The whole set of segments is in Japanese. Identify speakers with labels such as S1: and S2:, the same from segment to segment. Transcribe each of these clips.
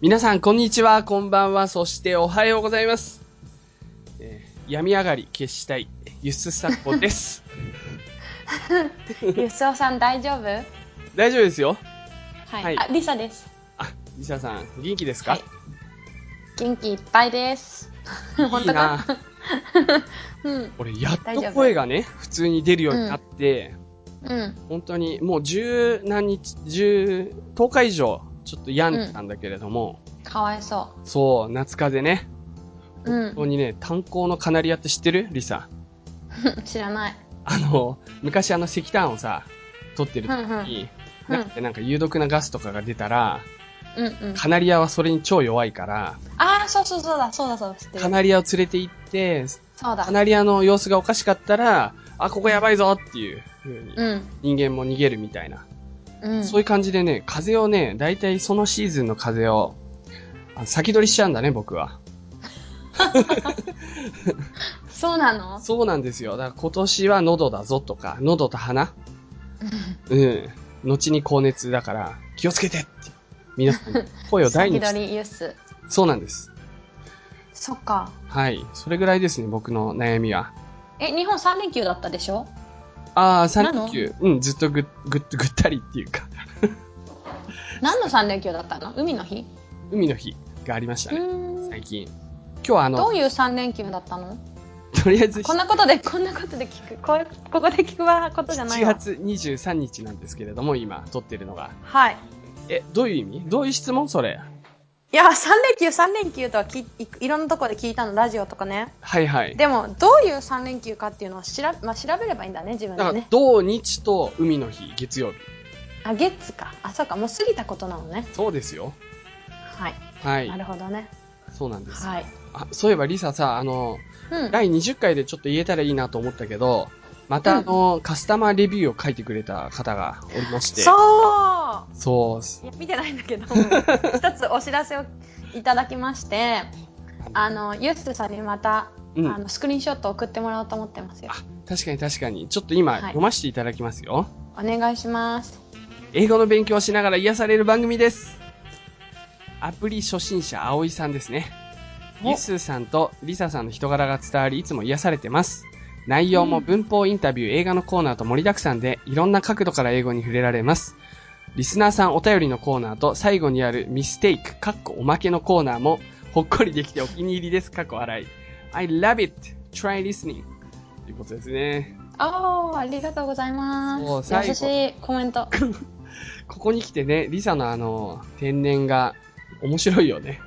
S1: 皆さん、こんにちは、こんばんは、そしておはようございます。えー病み上がり消したい、ゆすさこ です。
S2: ゆすおさん大丈夫は
S1: 大丈夫ですよ。
S2: い、
S1: はい
S2: ありさです
S1: あ、リサさん、元気ですか、
S2: はい元気いっぱいです
S1: いい
S2: 本当
S1: な
S2: かうん
S1: 俺、やっ
S2: 大
S1: と
S2: 丈夫
S1: 声がね、普通に出るようになって、
S2: うん
S1: 本当にもう十何日、十、10日以上、ちょっと病んでたんだけれども、
S2: かわいそ
S1: そう、夏風邪ね。
S2: うう
S1: 本当にね、炭鉱のカナリアって知ってるリサ。
S2: ん 知らない
S1: あの、昔あの石炭をさ、取ってる時に、
S2: うん
S1: な
S2: うん
S1: んかなんか有毒なガスとかが出たら、
S2: うんうん
S1: カナリアはそれに超弱いから、
S2: ああそうそうそうだそうだそうだ知って
S1: カ
S2: る
S1: ナリアを連れて行って、
S2: そうだ
S1: カナリアの様子がおかしかったら、あ、ここやばいぞっていう風に
S2: う、ん
S1: 人間も逃げるみたいな。
S2: うん
S1: そういう感じでね、風邪をね、大体そのシーズンの風邪を、あ先取りしちゃうんだね、僕は。
S2: そうなの
S1: そうなんですよ。だから今年は喉だぞとか、喉と 鼻うん。後に高熱だから、気をつけてって。皆さん、 声を大に
S2: 先
S1: して
S2: 取りゆす
S1: そうなんです。
S2: そっか
S1: はい。それぐらいですね、僕の悩みは。
S2: え日本3連休だったでしょ
S1: ああ、
S2: な
S1: 3
S2: の
S1: 級。うん、ずっとぐ、ぐ、ぐったりっていうか、
S2: 何の3連休だったの海の日
S1: 海の日がありました
S2: う
S1: ね、
S2: ーん
S1: 最近。今日はあ
S2: ど
S1: の、
S2: ういう3連休だったの
S1: とりあえず
S2: こんなことでこんなことで聞くこういうここで聞くわことじゃない
S1: 7
S2: わ
S1: 月23日なんですけれども、今、撮ってるのが。
S2: はい
S1: え、どういう意味どういう質問それ。
S2: いや3連休3連休とはきいいろんなとこで聞いたのラジオとかね
S1: はいはい。
S2: でもどういう3連休かっていうのをしら、まあ、調べればいいんだね自分
S1: だか
S2: で
S1: ら
S2: ね、
S1: 土日と海の日、月曜日。
S2: あ月かあそうかもう過ぎたことなのね
S1: そうですよ。
S2: はい、
S1: はい
S2: な。るほどね
S1: そうなんです。
S2: はい
S1: あ、そういえば、リサさ、あの、
S2: うん
S1: 第20回でちょっと言えたらいいなと思ったけど、またあの、カスタマーレビューを書いてくれた方がおりまして。
S2: そ
S1: そうっす
S2: ういや見てないんだけ ど一つお知らせをいただきましてあのユースさんにまた、
S1: うん
S2: あのスクリーンショット送ってもらおうと思ってますよ
S1: あ確かに確かに。ちょっと今、
S2: はい
S1: 読ませていただきますよ。
S2: お願いします
S1: 英語の勉強をしながら癒される番組です。アプリ初心者、葵さんですね。
S2: お
S1: ゆすさんとりささんの人柄が伝わり、いつも癒されてます。内容も文法インタビュー、映画のコーナーと盛りだくさんで、いろんな角度から英語に触れられます。リスナーさんお便りのコーナーと、最後にあるミステイク、かっこおまけのコーナーも、ほっこりできてお気に入りです。かっこ笑い。I love it. Try listening. ということですね。
S2: あーありがとうございます
S1: そう最後
S2: 優しいコメント
S1: ここに来てね、リサのあの、天然が面白いよね。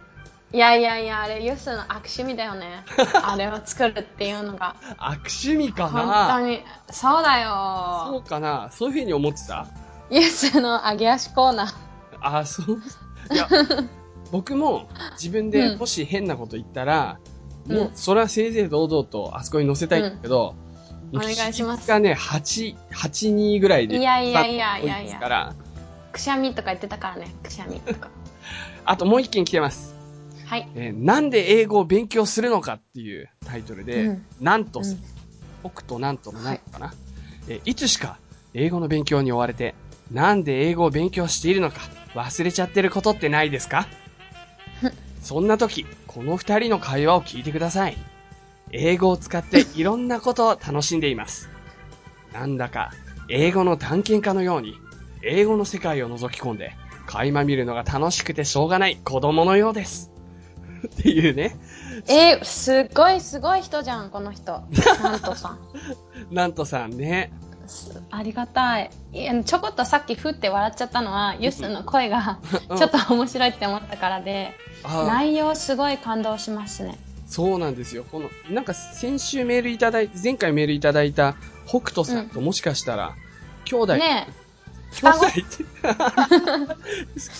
S2: いやいやいやあれユースの悪趣味だ よねあれを作るっていうのが
S1: 悪趣味か
S2: 本
S1: な
S2: 当にそうだ
S1: そう
S2: よ
S1: かなそういうふうに思ってた
S2: ユースの揚げ足コーナー
S1: ああ、 そう。いや、僕も自分でもし変なこと言ったら、
S2: うん
S1: もうそれは正々堂々とあそこに載せたいんだけど、
S2: うんお願いします
S1: がね、8、8、2ぐらいで。
S2: いやいやいやいやいや
S1: 多ですから。
S2: くしゃみとか言ってたからねくしゃみと か
S1: あともう一件来てます。
S2: はい
S1: えーなんで英語を勉強するのかっていうタイトルで、
S2: うん
S1: なんと、
S2: うん
S1: 北斗なんとのなんとかな、えーいつしか英語の勉強に追われて、なんで英語を勉強しているのか忘れちゃってることってないですかそんな時、この二人の会話を聞いてください。英語を使っていろんなことを楽しんでいます。なんだか、英語の探検家のように、英語の世界を覗き込んで、垣間見るのが楽しくてしょうがない子供のようです。っていうね、
S2: えー、すごいすごい人じゃんこの人なんとさん
S1: なんとさんね、
S2: す ありがたいいやちょこっとさっきふって笑っちゃったのはユースの声が
S1: うん
S2: ちょっと面白いって思ったからで
S1: あー
S2: 内容すごい感動しますね
S1: そうなんですよ。この、なんか先週メールいただい前回メールいただいた北斗さんともしかしたら、兄弟、
S2: ね
S1: 兄弟って、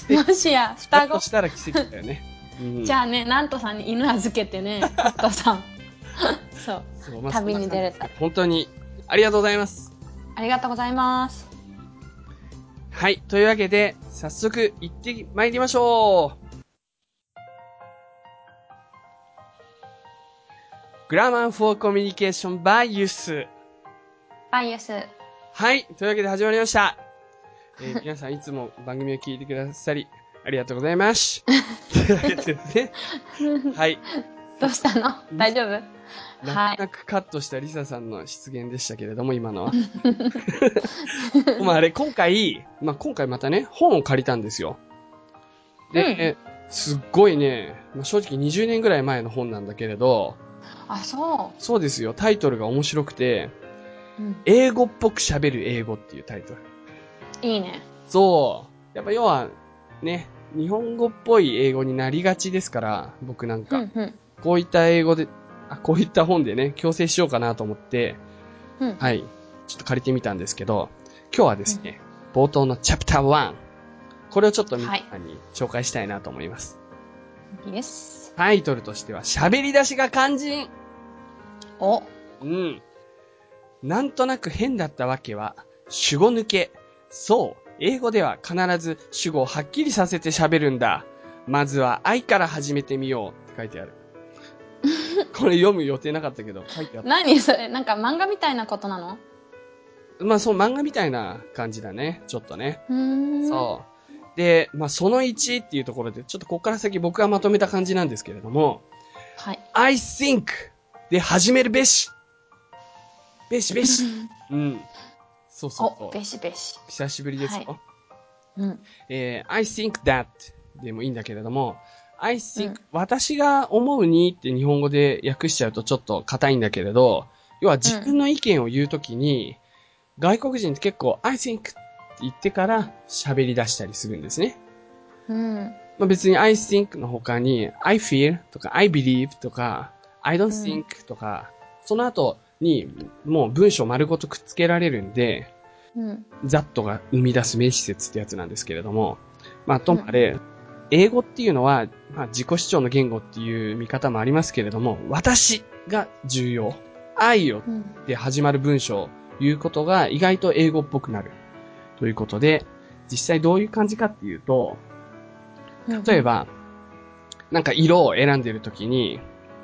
S2: えもし
S1: だ
S2: や双
S1: と
S2: 子
S1: したら奇跡だよ ね。うん
S2: じゃあね、なんとさんに犬預け てね、北斗さん。そう。
S1: そうまあ
S2: 旅に出れ
S1: そんな
S2: た
S1: 感じで本当に、ありがとうございます。
S2: ありがとうございます。
S1: はい。というわけで、早速行ってまいりましょう。グラマン for Communication by ユス。
S2: バイエス。は
S1: はい。というわけで始まりました。えー皆さんいつも番組を聞いてくださり、ありがとうございます。というわけでですね。はい。
S2: どうしたの大丈夫は
S1: 泣
S2: い
S1: く泣くカットしたリサさんの失言でしたけれども、今のは。 まああれ、今回、まあ今回またね、本を借りたんですよ。で、
S2: うん
S1: えすっごいね、まあ正直20年ぐらい前の本なんだけれど、
S2: あそ
S1: そうですよ、タイトルが面白くて、
S2: う、うん、
S1: 英語っぽく喋る英語っていうタイトル。
S2: いいね
S1: そう。やっぱ要は、ね、日本語っぽい英語になりがちですから、僕なん
S2: う
S1: か。
S2: んうん
S1: こういった英語で、あ、こういった本でね、強制しようかなと思って、
S2: うん
S1: はい。ちょっと借りてみたんですけど、今日はですね、冒頭のチャプター1。これをちょっと皆さんに紹介したいなと思います。
S2: いいです
S1: タイトルとしては、喋り出しが肝心
S2: お
S1: うん。なんとなく変だったわけは、主語抜け。そう、英語では必ず主語をはっきりさせて喋るんだ。まずは愛から始めてみようって書い てある。これ読む予定なかったけど、書いてあった。
S2: 何それなんか漫画みたいなことなの
S1: まあそう漫画みたいな感じだね。ちょっとね。
S2: うーん
S1: そう。で、まあその1っていうところで、ちょっとここから先僕がまとめた感じなんですけれども、
S2: はい
S1: I think で始めるべし。べし べし。うん。そうそうそ
S2: お
S1: う
S2: べ。しべし
S1: 久しぶりですよ。
S2: はいうん
S1: えー I think that でもいいんだけれども、I think、
S2: うん
S1: 私が思うにって日本語で訳しちゃうとちょっと硬いんだけれど、要は自分の意見を言うときに、外国人って結構 I think って言ってから喋り出したりするんですね。
S2: うん
S1: まあ、別に I think の他に I feel とか I believe とか I don't
S2: うん
S1: think とか、その後にもう文章丸ごとくっつけられるんで、
S2: うん
S1: ザットが生み出す名詞説ってやつなんですけれども、まあ、ともあれ、英語っていうのは、まあ、自己主張の言語っていう見方もありますけれども、私が重要。愛をっ
S2: うん
S1: て始まる文章を言うことが意外と英語っぽくなる。ということで、実際どういう感じかっていうと、
S2: うん
S1: 例えば、なんか色を選んでるときに、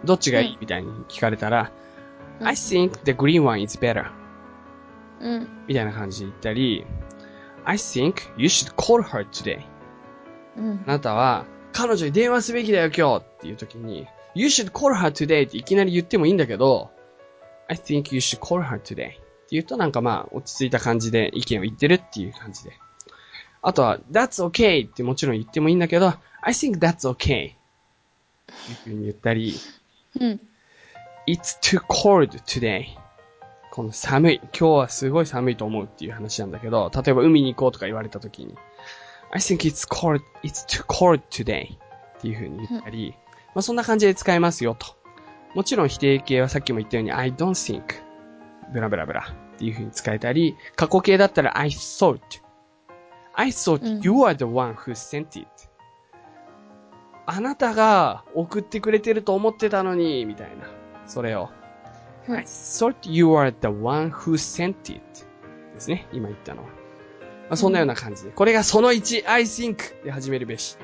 S1: どっちがいいみたいに聞かれたら、
S2: うん
S1: I think the green one is better.
S2: うん
S1: みたいな感じで言ったり、I think you should call her today.
S2: うん
S1: あなたは、彼女に電話すべきだよ今日っていう時に、You should call her today っていきなり言ってもいいんだけど、I think you should call her today って言うとなんかまあ落ち着いた感じで意見を言ってるっていう感じで。あとは、That's okay ってもちろん言ってもいいんだけど、I think that's okay っていう風に言ったり、
S2: うん
S1: It's too cold today. この寒い。今日はすごい寒いと思うっていう話なんだけど、例えば海に行こうとか言われた時に、I think it's cold, it's too cold today. っていう風に言ったり、まあそんな感じで使えますよと。もちろん否定形はさっきも言ったように I don't think. ブラブラブラっていう風に使えたり、過去形だったら I thought. I
S2: う
S1: thought
S2: ん
S1: you are the one who sent it. あなたが送ってくれてると思ってたのに、みたいな。それを。
S2: うん
S1: I thought you are the one who sent it. ですね。今言ったのは。まあ、そんなような感じで。これがその1、I think で始めるべし。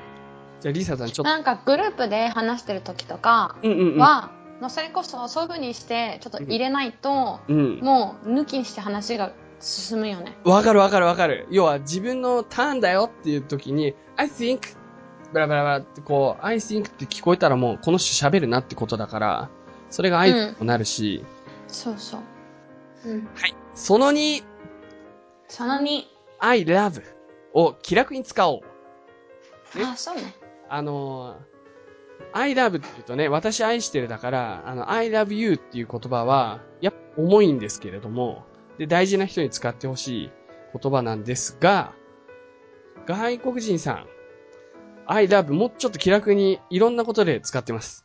S1: じゃあ、リサさん、ちょっと。
S2: なんかグループで話してる時とか
S1: うんうんうん。
S2: は、のそれこそそういう風にしてちょっと入れないと、
S1: うん。
S2: もう抜きにして話が進むよね
S1: わかるわかるわかる。要は自分のターンだよっていう時に、I think, ブラブラブラってこう、I think って聞こえたらもうこの人喋るなってことだから、それが
S2: う
S1: I
S2: ん
S1: にもなるし、
S2: そうそう、うん、
S1: その2、
S2: その2
S1: I love を気楽に使おう。え
S2: あそうね
S1: あのー I love って言うとね、私愛してるだから、あの、I love you っていう言葉は、やっぱ重いんですけれども、で、大事な人に使ってほしい言葉なんですが、外国人さん、I love もうちょっと気楽にいろんなことで使ってます。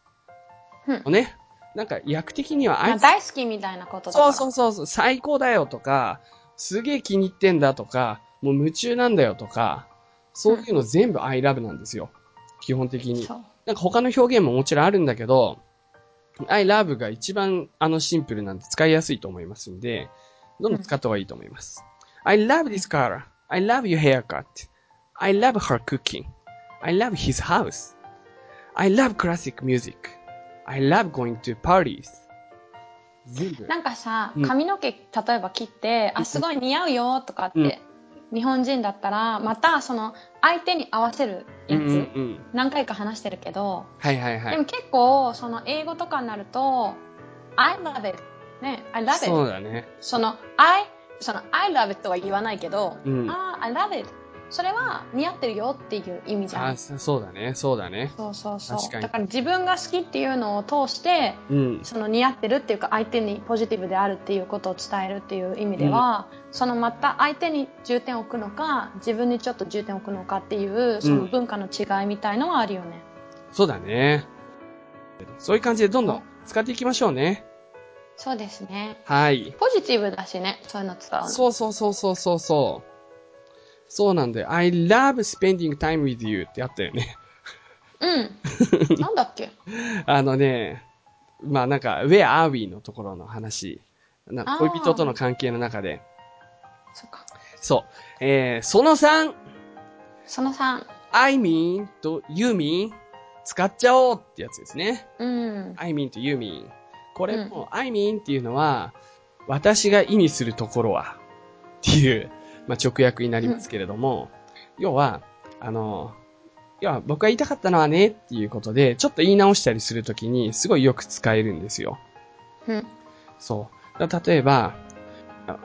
S2: うん
S1: ね。なんか、訳的には
S2: ま
S1: I
S2: あ大好きみたいなことだか
S1: そう
S2: ら
S1: そうそうそう、最高だよとか、すげえ気に入ってんだとか、もう夢中なんだよとか、そういうの全部 I love なんですよ。基本的に。
S2: そう
S1: なんか他の表現ももちろんあるんだけど、I love が一番あのシンプルなんで使いやすいと思いますんで、どんどん使った方がいいと思います。I love this color. I love your haircut. I love her cooking. I love his house. I love classic music. I love going to parties. 全部。
S2: なんかさ
S1: うん
S2: 髪の毛例えば切って、あすごい似合うよとかって、日本人だったらまたその相手に合わせる
S1: う
S2: や
S1: んう
S2: つ、
S1: んうん。
S2: 何回か話してるけど、
S1: はいはいは
S2: で
S1: い。
S2: も結構その英語とかになると「I love it」ね「I love it」
S1: そうだね。
S2: その I その I love it とは言わないけど、
S1: うん
S2: ああ I love it それは似合ってるよっていう意味じゃ
S1: あ
S2: ん。
S1: そそうだね、そうだね。
S2: そうそうそ
S1: 確か
S2: う。
S1: に
S2: だから自分が好きっていうのを通して、
S1: うん。
S2: その似合ってるっていうか相手にポジティブであるっていうことを伝えるっていう意味では、そのまた相手に重点を置くのか、自分にちょっと重点を置くのかっていうその文化の違いみたいのはあるよね。
S1: そうだね。そういう感じでどんどん使っていきましょうね。
S2: そうですね。
S1: はい。
S2: ポジティブだしね、そういうの使うの。
S1: そうそうそうそうそうそう。そうなんだよ。I love spending time with you ってあったよね。
S2: うん。なんだっけ。
S1: あのね、まあなんか、where are we のところの話。な
S2: あー
S1: 恋人との関係の中で。
S2: そっか。
S1: そう。えー、その3、
S2: その3。
S1: I mean と You mean 使っちゃおうってやつですね。
S2: うん。
S1: I mean と You mean。これも、I mean っていうのは、私が意味するところは、っていう、まあ、直訳になりますけれども、要は、あの、要は僕が言いたかったのはねっていうことで、ちょっと言い直したりするときに、すごいよく使えるんですよ。
S2: うん。
S1: そう。だ例えば、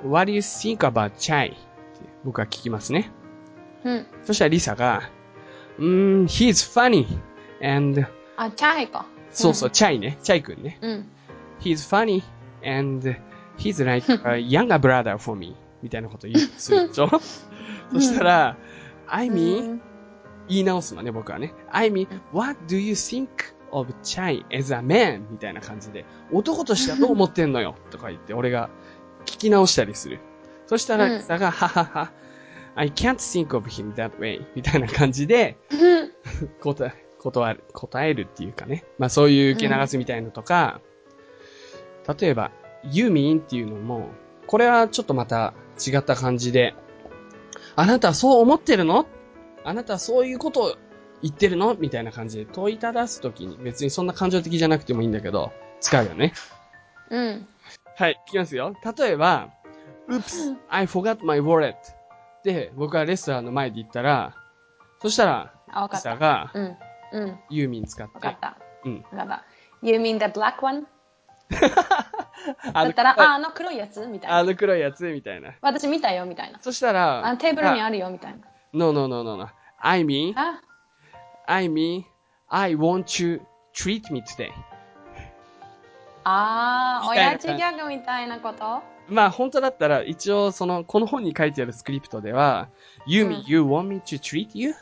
S1: What do you think about chai? って僕は聞きますね。
S2: うん。
S1: そしたらリサが、うーん、he's funny. And,
S2: あ、チャイか。
S1: そうそう、チャイね。チャイくんね。
S2: うん。うん。
S1: he's funny. And he's like a younger brother for me. みたいなこと言うするでしょ そしたら、I
S2: 意
S1: mean, 言い直すのね、僕はね。I mean, what do you think of Chai as a man? みたいな感じで、男としてはどう思ってんの よとか言って、俺が聞き直したりする。そした
S2: う
S1: ら、
S2: ん
S1: さが、ははは、I can't think of him that way. みたいな感じで、
S2: うん。
S1: 答え、断る、答えるっていうかね。まあそういう受け流すみたいのとか、例えば、ユーミンっていうのも、これはちょっとまた違った感じで、あなたはそう思ってるのあなたはそういうことを言ってるのみたいな感じで問いただすときに、別にそんな感情的じゃなくてもいいんだけど、使うよね。
S2: うん。
S1: はい、聞きますよ。例えば、Oops, I forgot my wallet で僕はレストランの前で言ったら、そしたら、
S2: あ、わか
S1: リ
S2: っ
S1: サ
S2: た。
S1: が
S2: うん。うん。
S1: ユーミン使っ
S2: わか
S1: て
S2: っ、た。
S1: うん。
S2: わかった。You mean the black one?
S1: あ
S2: だ
S1: の
S2: ったら、
S1: あ
S2: あ、あの黒いやつみた
S1: あ
S2: いな。
S1: の黒いやつみたいな。
S2: 私見たよ、みたいな。
S1: そしたら、
S2: あテーブルに
S1: あ
S2: あるよ、みたいな。
S1: No, no, no, no, no. I mean,
S2: あ、
S1: I mean, I want you treat me today.
S2: あー、
S1: みたい
S2: 親
S1: な
S2: 父ギャグみたいなこと
S1: まあ本当だったら、一応その、この本に書いてあるスクリプトでは、You
S2: う
S1: mean
S2: ん
S1: you want me to treat you?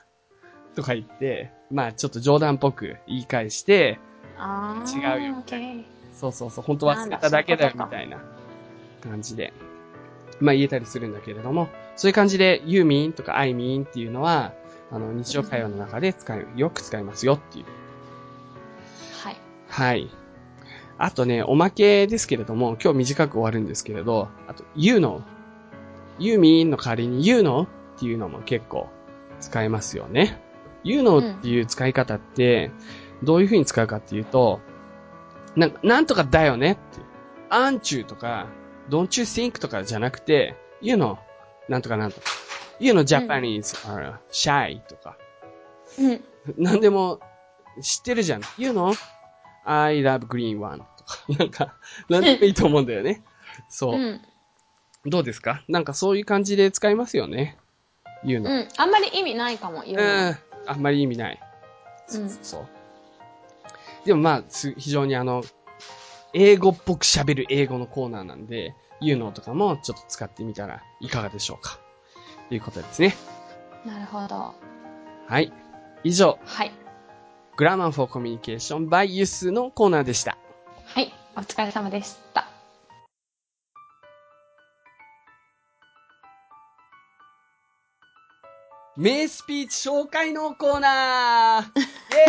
S1: とか言って、まあちょっと冗談っぽく言い返して、
S2: あ
S1: 違
S2: ー、
S1: うよ
S2: OK
S1: そうそうそう、本当忘れただけだよみたいな感じで、まあ言えたりするんだけれども、そういう感じで、You mean とか I mean っていうのは、あの、日常会話の中で使う、よく使いますよっていう。
S2: はい。
S1: はい。あとね、おまけですけれども、今日短く終わるんですけれど、あと、You know。You mean の代わりに You know っていうのも結構使えますよね。You know っていう使い方って、どういう風に使うかっていうと、なんか、なんとかだよねって。aren't you とか、don't you think とかじゃなくて、You know なんとかなんとか。You know Japanese are shy とか。
S2: うん。
S1: 何でも知ってるじゃん。言うの ?I love green one とか、なんか、何でもいいと思うんだよね。
S2: う
S1: そう。
S2: ん。
S1: どうですかなんかそういう感じで使いますよね。言うの。
S2: うん。あんまり意味ないかも、言
S1: う
S2: うの。
S1: ん。あんまり意味ない。
S2: うん。
S1: そう。でもまあ、す非常にあの、英語っぽく喋る英語のコーナーなんで、言うのとかもちょっと使ってみたらいかがでしょうか。ということですね。
S2: なるほど。
S1: はい。以上、
S2: はい。
S1: グラマンフォーコミュニケーション by ユースのコーナーでした。
S2: はい。お疲れ様でした。
S1: 名スピーチ紹介のコーナー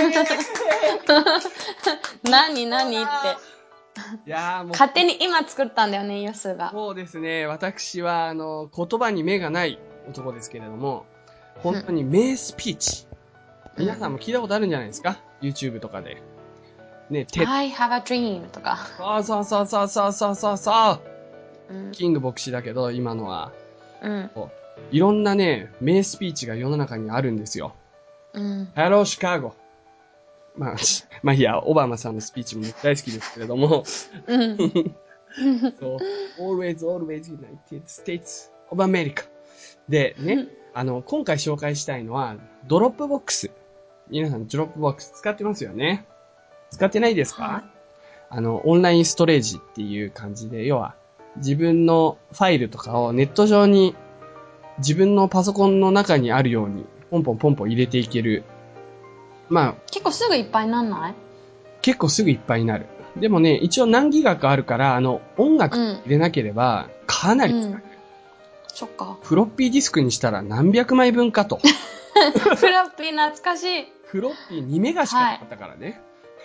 S1: イェーイ
S2: 何何って。
S1: いやーも
S2: 勝手に今作ったんだよね、ユス
S1: う、
S2: が。
S1: そうですね、私は、あの、言葉に目がない男ですけれども、本当に名スピーチ。
S2: うん
S1: 皆さんも聞いたことあるんじゃないですか ?YouTube とかで。ね、テッ
S2: I have a dream とか。
S1: ド。そうそうそうそうそうそうそう。
S2: うん。
S1: キング牧師だけど、今のは。
S2: うん。
S1: いろんなね、名スピーチが世の中にあるんですよ。
S2: うん。
S1: Hello, Chicago! まあ、 まあいいや、オバマさんのスピーチも僕大好きですけれども、
S2: うん。
S1: そう always, always United States of America. で、ね、あの、今回紹介したいのは、ドロップボックス。皆さん、ドロップボックス使ってますよね使ってないですか、
S2: はい
S1: あの、オンラインストレージっていう感じで、要は、自分のファイルとかをネット上に、自分のパソコンの中にあるように、ポンポンポンポン入れていける。まあ、
S2: 結構すぐいっぱいなんない
S1: 結構すぐいっぱいになる。でもね、一応何ギガかあるから、あの、音楽入れなければ、かなり使える、
S2: うんそっ か。
S1: フロッピーディスクにしたら何百枚分かと。
S2: フラッピー懐かしい。
S1: フロッピー2メガしかなかったからね。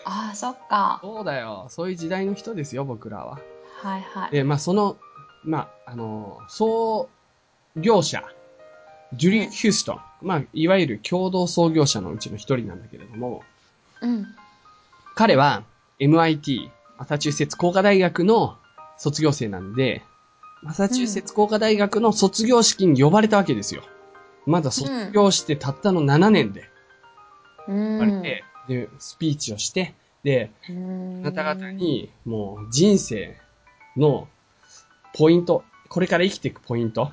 S2: ああ、そっか。
S1: そうだよ。そういう時代の人ですよ、僕らは。
S2: はいはい。
S1: で、まあ、その、まあ、あの、創業者、ジュリー・ヒューストン。まあ、いわゆる共同創業者のうちの一人なんだけれども、
S2: うん。
S1: 彼は MIT、マサチューセッツ工科大学の卒業生なんで、マサチューセッツ工科大学の卒業式に呼ばれたわけですよ。まだ卒業してたったの7年で
S2: う
S1: 呼
S2: ん。
S1: ばれて、で、スピーチをして、で、
S2: うん。
S1: あなた方にもう人生のポイント、これから生きていくポイント、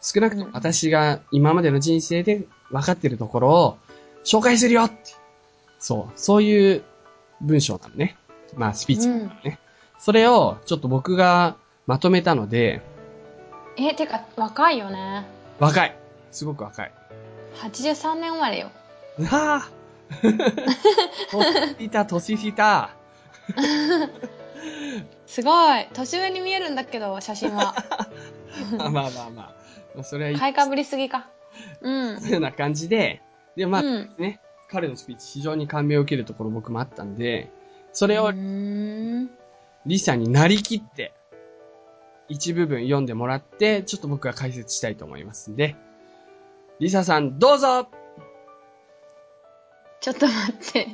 S1: 少なくとも私が今までの人生で分かってるところを紹介するよって。そう、そういう文章なのね。まあスピーチなのね。それをちょっと僕がまとめたので、
S2: え、てか、若いよね。
S1: 若い。すごく若い。
S2: 83年生まれよ。
S1: ああ 年引いた、年引いた。
S2: すごい。年上に見えるんだけど、写 真は。
S1: まあまあまあまあ。まあそれはいい
S2: 買いかぶりすぎか。う ん。
S1: ような感じで、で、まあ、
S2: うん
S1: ね、彼のスピーチ非常に感銘を受けるところ僕もあったんで、それ
S2: う
S1: を
S2: ーん。
S1: リサになりきって、一部分読んでもらって、ちょっと僕が解説したいと思いますんで、リサさんどうぞ
S2: ちょっと待って。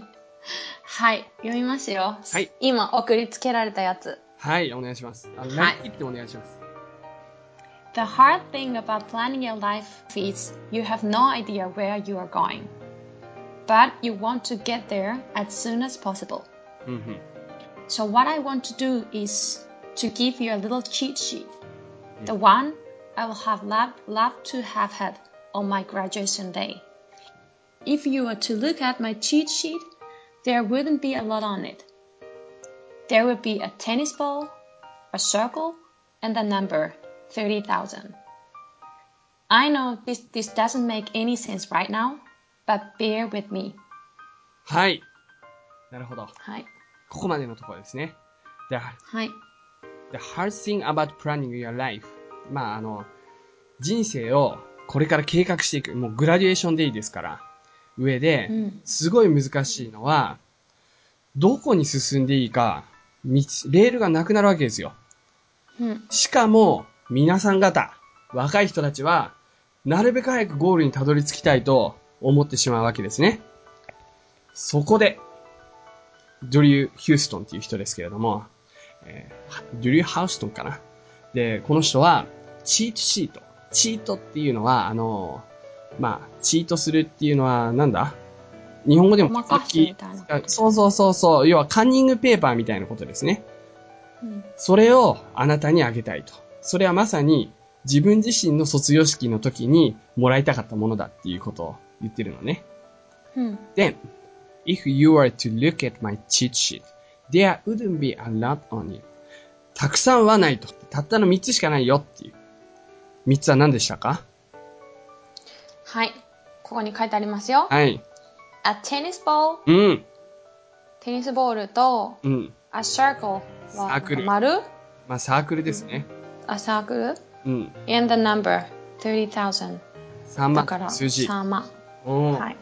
S2: はい。読みますよ。
S1: はい
S2: 今、送りつけられたやつ。
S1: はい、お願いします。あの、
S2: はい
S1: なりきってお願いします。
S2: The hard thing about planning your life is you have no idea where you are going. But you want to get there as soon as possible.
S1: うんうん。
S2: So, what I want to do is to give you a little cheat sheet. The one I will have loved, loved to have had on my graduation day. If you were to look at my cheat sheet, there wouldn't be a lot on it. There would be a tennis ball, a circle, and the number 30,000. I know this, this doesn't make any sense right now, but bear with me.
S1: はい。なるほど。
S2: Hi.
S1: ここまでのところですね。で、
S2: Hi.
S1: The hard thing about planning your life. まあ、あの、人生をこれから計画していく。もうグラデュエーションでいいですから。上で
S2: うん、
S1: すごい難しいのは、どこに進んでいいか、道、レールがなくなるわけですよ。
S2: Hmm.
S1: しかも、皆さん方、若い人たちは、なるべく早くゴールにたどり着きたいと思ってしまうわけですね。そこで、ジョリュー・ヒューストンっていう人ですけれども、えージョリュー・ハウストンかな。で、この人は、チートシート。チートっていうのは、あの、まあ、チートするっていうのは、なんだ日本語でも
S2: ごまかすみたいなこと
S1: そうそうそうそう。要はカンニングペーパーみたいなことですね。
S2: Hmm.
S1: それをあなたにあげたいと。それはまさに自分自身の卒業式の時にもらいたかったものだっていうことを言ってるのね。
S2: Hmm.
S1: Then, if you were to look at my cheat sheet, there wouldn't be a lot on it. たくさんはないと。たったの3つしかないよっていう。3つは何でしたか
S2: はい。ここに書いてありますよ。
S1: はい。
S2: A tennis ball、
S1: うん。
S2: テニスボールと、
S1: うん。
S2: a circle
S1: サー
S2: は
S1: クル
S2: 丸、
S1: まあ、サークルですね。
S2: a サークル、
S1: うん。
S2: and the number 30,000。
S1: 3
S2: だ
S1: 万
S2: から、
S1: 数字。
S2: 3万。
S1: うん
S2: はい。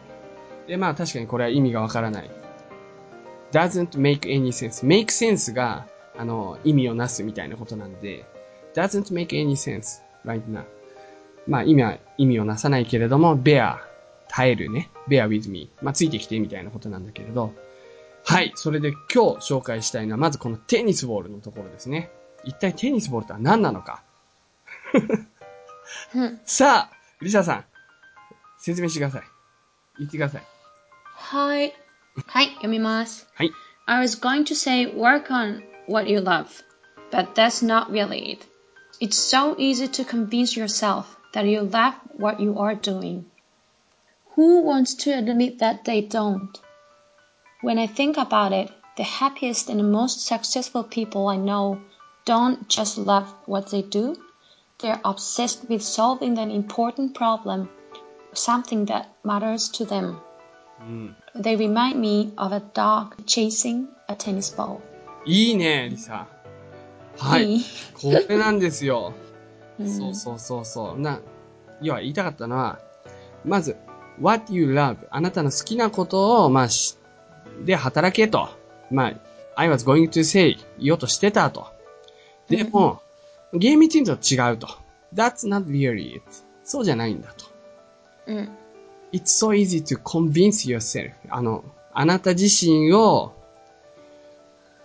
S1: で、まあ確かにこれは意味がわからない。doesn't make any sense. make sense が、あの、意味をなすみたいなことなんで、doesn't make any sense right now. まあ今、意味をなさないけれども、bear, 耐えるね。bear with me. まあついてきてみたいなことなんだけれど。はい。それで今日紹介したいのは、まずこのテニスボールのところですね。一体テニスボールとは何なのか。
S2: うん
S1: さあ、リサさん、説明してください。言ってください。
S2: はい。はい、読みます。
S1: はい。
S2: I was going to say work on what you love, but that's not really it. It's so easy to convince yourself that you love what you are doing. Who wants to admit that they don't? When I think about it, the happiest and most successful people I know don't just love what they do, they're obsessed with solving an important problem, something that matters to them. They remind me of a dog chasing a tennis ball.
S1: いいね、リサ。はい。
S2: いい
S1: これなんですよ。
S2: うん
S1: そうそうそうそう。な、要は言いたかったのは、まず、what you love。あなたの好きなことを、まあ、し、で働けと。まあ、I was going to say 言おうとしてたと。でも、ゲームチームと違うと。That's not really it. そうじゃないんだと。
S2: うん。
S1: It's so easy to convince yourself. あの、あなた自身を、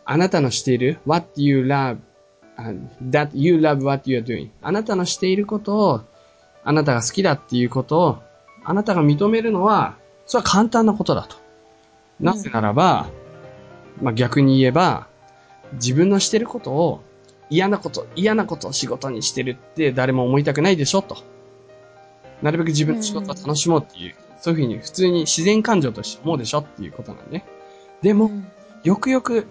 S1: あなたのしている what you love, and that you love what you are doing. あなたのしていることを、あなたが好きだっていうことを、あなたが認めるのは、それは簡単なことだと。なぜならば、まあ、逆に言えば、自分のしてることを、嫌なこと、嫌なことを仕事にしてるって誰も思いたくないでしょ、と。なるべく自分の仕事を楽しもうっていう、そういうふうに普通に自然感情として思うでしょっていうことなんでね。でも、よくよく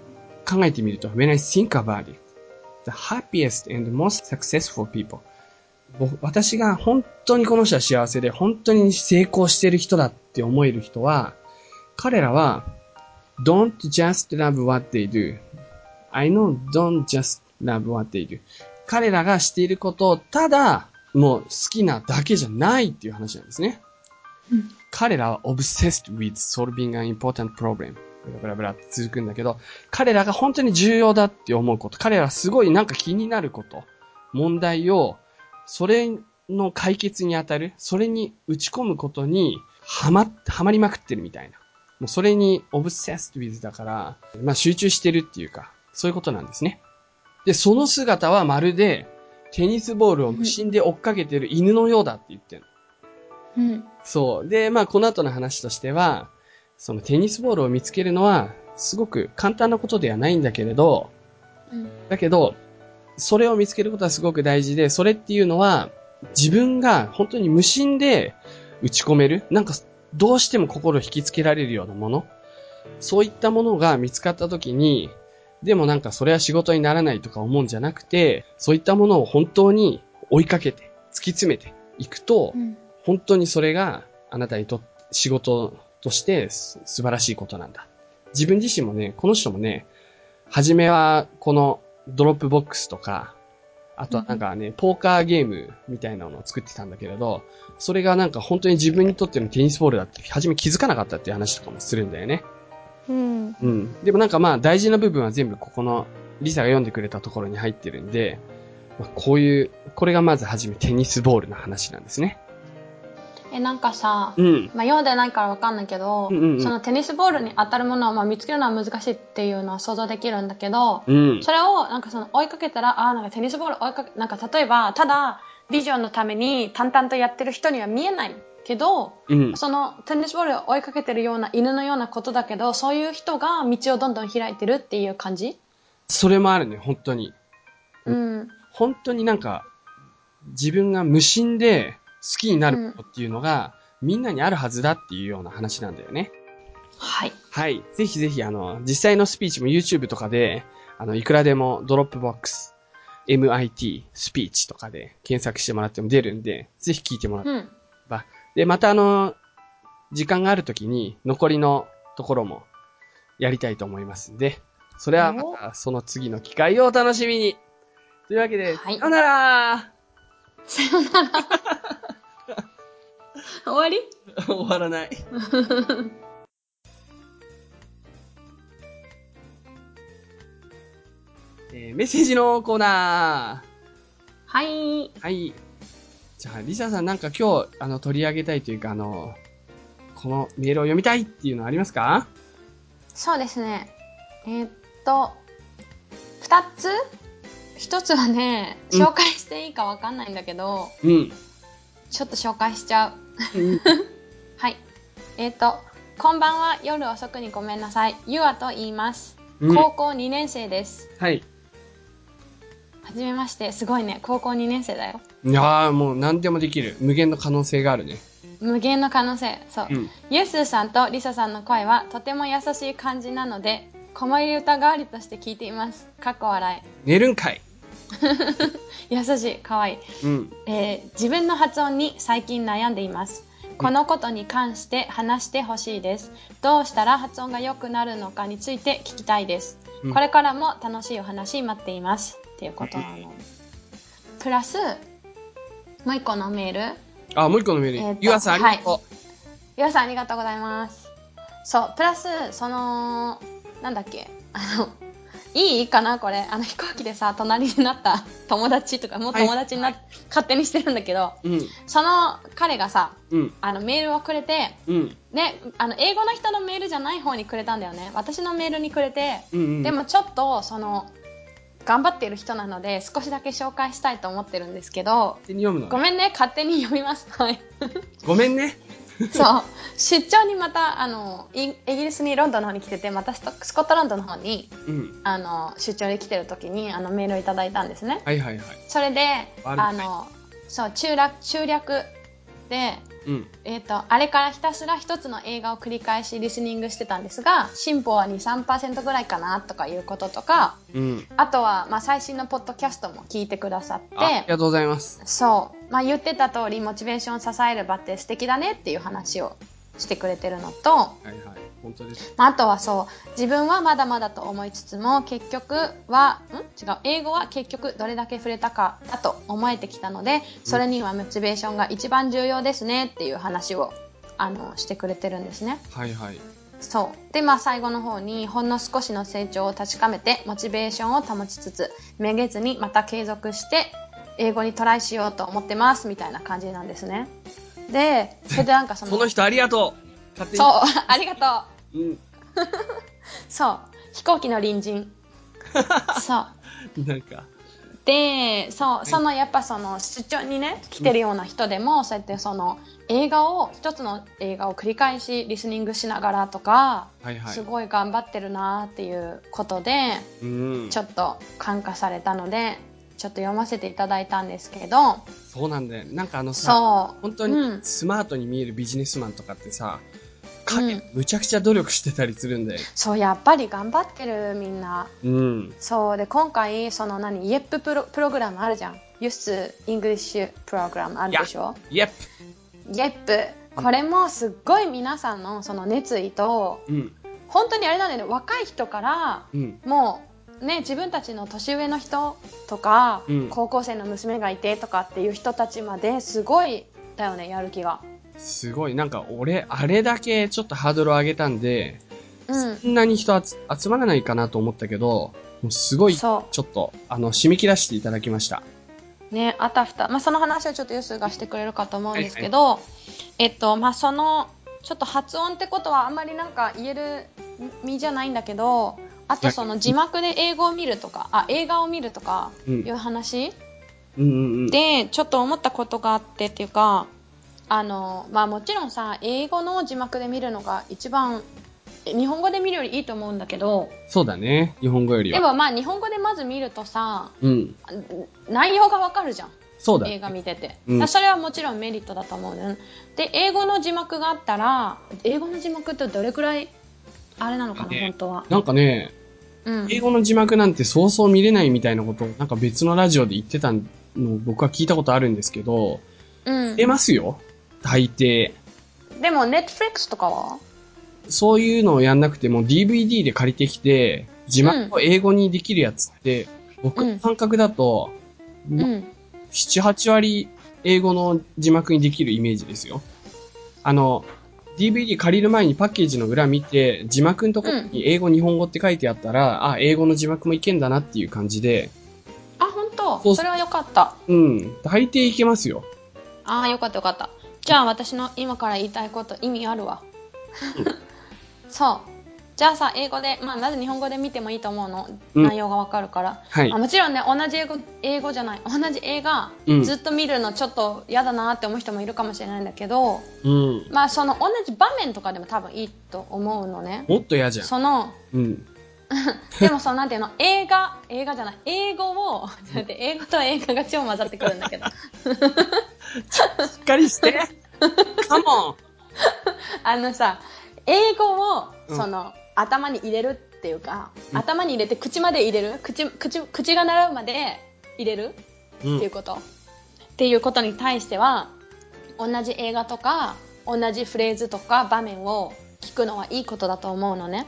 S1: 考えてみると、when I think about it, the happiest and most successful people. 僕私が本当にこの人は幸せで、本当に成功してる人だって思える人は、彼らは、don't just love what they do. I know don't just love what they do. 彼らがしていることをただ、もう好きなだけじゃないっていう話なんですね。彼らは obsessed with solving an important problem. ブラブラブラって続くんだけど、彼らが本当に重要だって思うこと、彼らはすごいなんか気になること、問題を、それの解決に当たる、それに打ち込むことに、はま、はまりまくってるみたいな。もうそれに obsessed with だから、まあ集中してるっていうか、そういうことなんですね。で、その姿はまるで、テニスボールを無心で追っかけてる犬のようだって言ってる。
S2: うん。
S1: そう。で、まあ、この後の話としては、そのテニスボールを見つけるのは、すごく簡単なことではないんだけれど、
S2: うん
S1: だけど、それを見つけることはすごく大事で、それっていうのは、自分が本当に無心で打ち込める、なんか、どうしても心を引きつけられるようなもの、そういったものが見つかった時に、でもなんかそれは仕事にならないとか思うんじゃなくて、そういったものを本当に追いかけて、突き詰めていくと、
S2: うん。
S1: 本当にそれがあなたにとって仕事としてす素晴らしいことなんだ。自分自身もね、この人もね、初めはこのドロップボックスとか、あとはなんかね、ポーカーゲームみたいなのを作ってたんだけれど、それがなんか本当に自分にとってのテニスボールだって、初め気づかなかったっていう話とかもするんだよね。
S2: うん。
S1: うん。でもなんかまあ大事な部分は全部ここのリサが読んでくれたところに入ってるんで、まあ、こういう、これがまず初めテニスボールの話なんですね。
S2: え、なんかさ、
S1: うん。
S2: まあ、読んでないからわかんないけど、
S1: うんうんうん
S2: そのテニスボールに当たるものを、まあ、見つけるのは難しいっていうのは想像できるんだけど、
S1: うん。
S2: それをなんかその追いかけたら、あーなんかテニスボール追いかけ、なんか例えば、ただ、ビジョンのために淡々とやってる人には見えないけど、
S1: うん。
S2: そのテニスボールを追いかけてるような犬のようなことだけど、そういう人が道をどんどん開いてるっていう感じ
S1: それもあるね、本当に。
S2: うん。
S1: 本当になんか、自分が無心で好きになることっていうのが、みんなにあるはずだっていうような話なんだよね。
S2: はい。
S1: はい。ぜひぜひ、あの、実際のスピーチも YouTube とかで、あの、いくらでもドロップボックス、MIT、スピーチとかで検索してもらっても出るんで、ぜひ聞いてもらって。
S2: うん。
S1: で、またあの、時間があるときに残りのところもやりたいと思いますんで、それはまたその次の機会をお楽しみにというわけで、
S2: はい
S1: さよなら
S2: 終わり
S1: 終わらない。 えーメッセージのコーナ
S2: はい。
S1: ーはい。じゃあ、リサさんなんか今日、あの、取り上げたいというか、あの、このメールを読みたいっていうのはありますか
S2: そうですね。えーっと、二つ一つはね
S1: うん
S2: 紹介していいかわかんないんだけど、
S1: うん。
S2: ちょっと紹介しちゃう
S1: うん
S2: はいえっ、とこんばんは夜遅くにごめんなさいゆあと言います
S1: うん
S2: 高校2年生です、
S1: はい。
S2: はじめましてすごいね高校2年生だよ
S1: いやーもう何でもできる。無限の可能性があるね。
S2: 無限の可能性そう、
S1: うん。
S2: ゆうすーさんとりささんの声はとても優しい感じなので子守歌代わりとして聞いていますかっこ笑
S1: 寝るんかい。
S2: い優しいかわいい
S1: うん。
S2: えー自分の発音に最近悩んでいますこのことに関して話してほしいですどうしたら発音が良くなるのかについて聞きたいです、
S1: うん
S2: これからも楽しいお話待っていますっていうことなのプラスもう一個のメール
S1: あ、もう一個のメ
S2: え
S1: ー
S2: ー
S1: ル
S2: と。
S1: ゆあさん、ありがと
S2: 皆さんありがとうございますそうプラスそのなんだっけあのいいかなこれあの飛行機でさ隣になった 友達とかもう友達にな、
S1: はい
S2: 勝手にしてるんだけど
S1: う。うん。
S2: その彼がさ
S1: うん。
S2: あのメールをくれて
S1: うん。
S2: ねあの英語の人のメールじゃない方にくれたんだよね私のメールにくれて、
S1: うんうん。
S2: で、もちょっとその頑張ってる人なので少しだけ紹介したいと思ってるんですけど
S1: 勝手に読むの。
S2: ごめんね勝手に読みますはい
S1: ごめんね。
S2: そう出張にまたあのイイギリスにロンドンの方に来ててまたストスコットランドの方に
S1: うん。
S2: あの出張で来てる時にあのメールをいただいたんですね
S1: はいはいはい。
S2: それで
S1: ある
S2: あのそう中略中略で
S1: うん。
S2: えー、とあれからひたすら一つの映画を繰り返しリスニングしてたんですが進歩は23%ぐらいかなとかいうこととか
S1: うん。
S2: あとは、まあ、最新のポッドキャストも聞いてくださ
S1: ああり
S2: って
S1: がとうございます。
S2: そう、まあ、言ってた通りモチベーションを支える場って素敵だねっていう話をしてくれてるのと、
S1: はいはい。本当です。
S2: まあ、あとはそう自分はまだまだと思いつつも結局はん違う英語は結局どれだけ触れたかだと思えてきたのでそれにはモチベーションが一番重要ですねっていう話をあのしてくれてるんですね。
S1: はいはい。
S2: そうでまあ最後の方にほんの少しの成長を確かめてモチベーションを保ちつつめげずにまた継続して英語にトライしようと思ってますみたいな感じなんですね。でそれでなんかその
S1: この人ありがとう。勝手に。
S2: そうありがとう
S1: うん。
S2: そう飛行機の 隣人そう
S1: なんか、
S2: でそうそのやっぱその出張にね来てるような人でも、そうやってその映画を一つの映画を繰り返しリスニングしながらとか、
S1: はいはい
S2: す。ごい頑張ってるなっていうことで
S1: うん
S2: ち。ょっと感化されたのでちょっと読ませていただいたんですけど
S1: そうなんだよ。なんかあのさ、
S2: そう
S1: 本当
S2: うん
S1: にスマートに見えるビジネスマンとかってさ、
S2: う
S1: 影
S2: ん、
S1: むちゃくちゃ努力してたりするんだよ。
S2: そうやっぱり頑張ってるみんな
S1: うん。
S2: そうで今回その何イエッププロプログラムあるじゃんユスイングリッシュプログラムあるでしょ
S1: イェッ
S2: イエップこれもすっごい皆さんのその熱意と
S1: プうん。
S2: 本当にあれなんだよね若い人から
S1: うん。
S2: もうね自分たちの年上の人とか、
S1: うん
S2: 高校生の娘がいてとかっていう人たちまですごいだよねやる気が。
S1: すごい。なんか俺、あれだけちょっとハードル上げたんで、
S2: うん
S1: そんなに人集集まらないかなと思ったけど、もうすごい、ちょ
S2: そ
S1: っと、あの、締め切らせていただきました。
S2: うねあたふた、まあ、その話をちょっとユスがしてくれるかと思うんですけど、えっとまあそのちょっと発音ってことはあんまりなんか言える身じゃないんだけどあとその字幕で英語を見るとかあ映画を見るとか
S1: う
S2: い
S1: ん。
S2: う話、
S1: うんうんうん。
S2: でちょっと思ったことがあってっていうかあの、まあ、もちろんさ英語の字幕で見るのが一番え日本語で見るよりいいと思うんだけど
S1: そうだね。日本語より
S2: で
S1: は。
S2: もまあ日本語でまず見るとさ
S1: うん。
S2: 内容がわかるじゃん
S1: そうだ。
S2: 映画見てて、
S1: うん
S2: だからそれはもちろんメリットだと思うねで英語の字幕があったら英語の字幕ってどれくらいあれなのかな、
S1: ね
S2: 本当は、
S1: なんかね、
S2: うん、
S1: 英語の字幕なんてそうそう見れないみたいなことを、なんか別のラジオで言ってたのを僕は聞いたことあるんですけど、
S2: うん
S1: 出ますよ。大抵。
S2: でも Netflix とかは
S1: そういうのをやんなくても DVD で借りてきて、字幕を英語にできるやつって、僕の感覚だと、
S2: う
S1: ま
S2: ん
S1: 7、8割英語の字幕にできるイメージですよ。あの、DVD 借りる前にパッケージの裏見て、字幕のところに英語、日本語って書いてあったら、あ、英語の字幕もいけんだなっていう感じで、
S2: あ本当
S1: そう
S2: それは良かった
S1: うん、大抵いけますよ。
S2: ああよかったよかったじゃあ私の今から言いたいこと意味あるわ そうじゃあさ英語で、まあ、なぜ日本語で見てもいいと思うの、
S1: うん
S2: 内容がわかるから、
S1: はい
S2: あもちろんね同じ英語英語じゃない同じ映画、
S1: うん
S2: ずっと見るのちょっと嫌だなって思う人もいるかもしれないんだけど、
S1: うん。
S2: まあ、その同じ場面とかでも多分いいと思うのね
S1: もっと嫌じゃん。
S2: その
S1: うん。
S2: でもそのなんていうの映画映画じゃない英語をちょっと待って英語と映画が超混ざってくるんだ けど
S1: しっかりして。 カモン。
S2: あのさ英語を
S1: うん
S2: その、頭に入れるっていうか
S1: うん
S2: 頭に入れて口まで入れる口口口が習うまで入れる
S1: う。
S2: っていうんこと、っていうことに対しては同じ映画とか同じフレーズとか場面を聞くのはいいことだと思うのね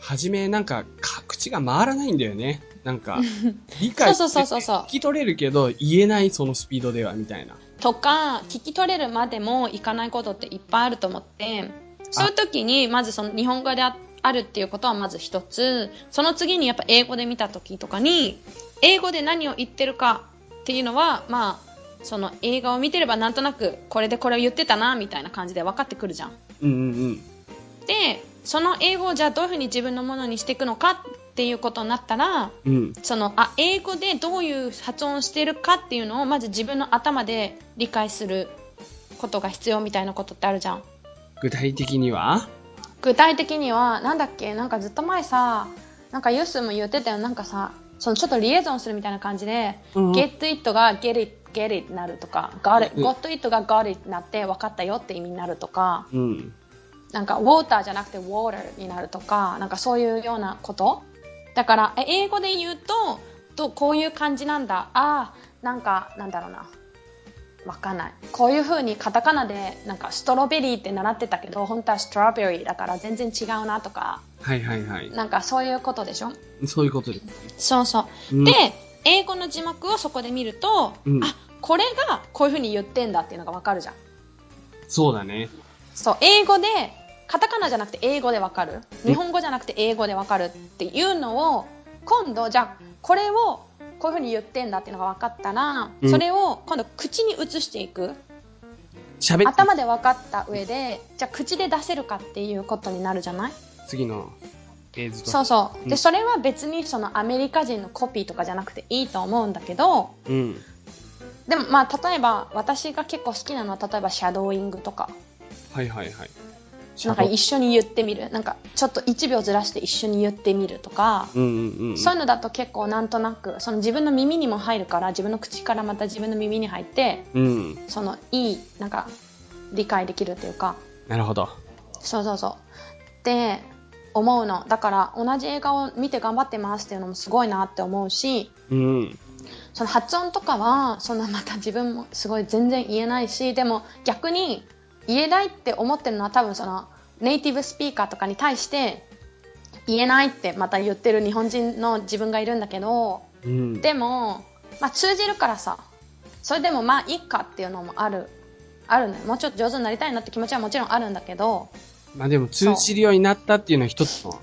S1: はじめ、なんかか、口が回らないんだよね。なん か、理解
S2: そうそうそうそう
S1: 聞き取れるけど、言えないそのスピードでは、みたいな。
S2: とか聞き取れるまでもいかないことっていっぱいあると思ってそういう時にまずその日本語でああるっていうことはまず一つその次にやっぱ英語で見た時とかに英語で何を言ってるかっていうのはまあその映画を見てればなんとなくこれでこれを言ってたなみたいな感じで分かってくるじゃん。
S1: うんうんうん。
S2: でその英語をじゃあどういうふうに自分のものにしていくのかっていうことになったら
S1: うん。
S2: そのあ英語でどういう発音をしてるかっていうのをまず自分の頭で理解することが必要みたいなことってあるじゃん
S1: 具体的には
S2: 具体的にはなんだっけなんかずっと前さなんかユースも言ってたよなんかさそのちょっとリエゾンするみたいな感じで「
S1: うん
S2: get it」が「get it」get it になるとか「got it」
S1: うん
S2: got it が「got it」になって分かったよって意味になるとか
S1: うん。
S2: なんか、ウォーターじゃなくて、ウォーターになるとか、なんかそういうようなこと。だから、え英語で言うと、とこういう感じなんだ。ああ、なんか、なんだろうな。わかんない。こういう風にカタカナで、なんか、ストロベリーって習ってたけど、本当はストロベリーだから全然違うなとか、
S1: はいはいはい。
S2: なんかそういうことでしょ
S1: そういうことですね。
S2: そうそう。
S1: うん
S2: で、英語の字幕をそこで見ると、
S1: うん
S2: あ、これがこういう風に言ってんだっていうのがわかるじゃん。
S1: そうだね。
S2: そう英語でカタカナじゃなくて英語でわかる日本語じゃなくて英語でわかるっていうのを今度じゃあこれをこういうふうに言ってんだっていうのが分かったら、
S1: うん
S2: それを今度口に移していく
S1: 喋って、
S2: 頭で分かった上でじゃあ口で出せるかっていうことになるじゃない
S1: 次の映像と。
S2: そうそう
S1: う
S2: で
S1: ん
S2: それは別にそのアメリカ人のコピーとかじゃなくていいと思うんだけど
S1: うん。
S2: でもまあ例えば私が結構好きなのは例えばシャドーイングとか
S1: はいはいはい。
S2: なんか一緒に言ってみるなんかちょっと1秒ずらして一緒に言ってみるとか、
S1: うんうんうん。
S2: そういうのだと結構なんとなくその自分の耳にも入るから自分の口からまた自分の耳に入って
S1: うん。
S2: そのいいなんか理解できるというか
S1: なるほど。
S2: そうそうそうって思うのだから同じ映画を見て頑張ってますっていうのもすごいなって思うし
S1: うん。
S2: その発音とかはそんなまた自分もすごい全然言えないしでも逆に言えないって思ってるのは多分そのネイティブスピーカーとかに対して言えないってまた言ってる日本人の自分がいるんだけど
S1: うん。
S2: でも、まあ、通じるからさそれでもまあいいかっていうのもあるあるのよもうちょっと上手になりたいなって気持ちはもちろんあるんだけど
S1: まあでも通知るようになったっていうのは一つの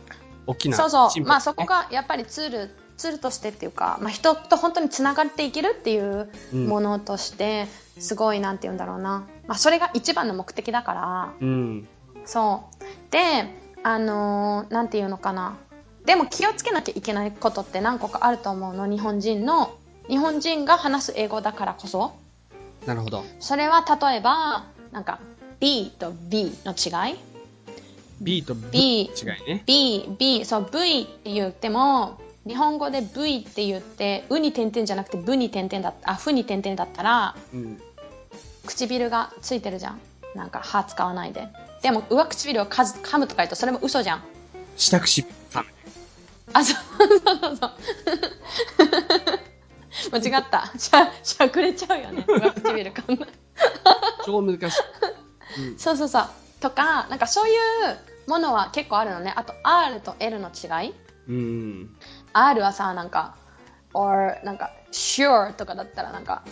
S1: 大きな
S2: そうそう、
S1: 進歩
S2: まあそこがやっぱりツールツールとしてっていうか、まあ、人と本当につながっていけるっていう
S1: うん
S2: ものとしてすごいなんて言うんだろうな、まあ、それが一番の目的だから
S1: うん。
S2: そうであのーなんて言うのかなでも気をつけなきゃいけないことって何個かあると思うの日本人の日本人が話す英語だからこそ
S1: なるほど。
S2: それは例えばなんか B と B の違い
S1: B と B
S2: B
S1: 違いね。
S2: B、B、そう、V って言っても、日本語で V って言って、うに点々じゃなくて、ぶに点々だった、あ、ふに点々だったら、
S1: うん。
S2: 唇がついてるじゃん。なんか、歯使わないで。でも、上唇をかず噛むとか言うと、それも嘘じゃん。
S1: 下唇。あ
S2: あ、そう、そうそう そう。間違った。しゃ、しゃくれちゃうよね。上唇噛む。
S1: 超難しい。
S2: そうそうそう。とか、なんかそういうものは結構あるのね。あと、R と L の違い。
S1: うん。
S2: R はさなんか or なんか sure とかだったらなんか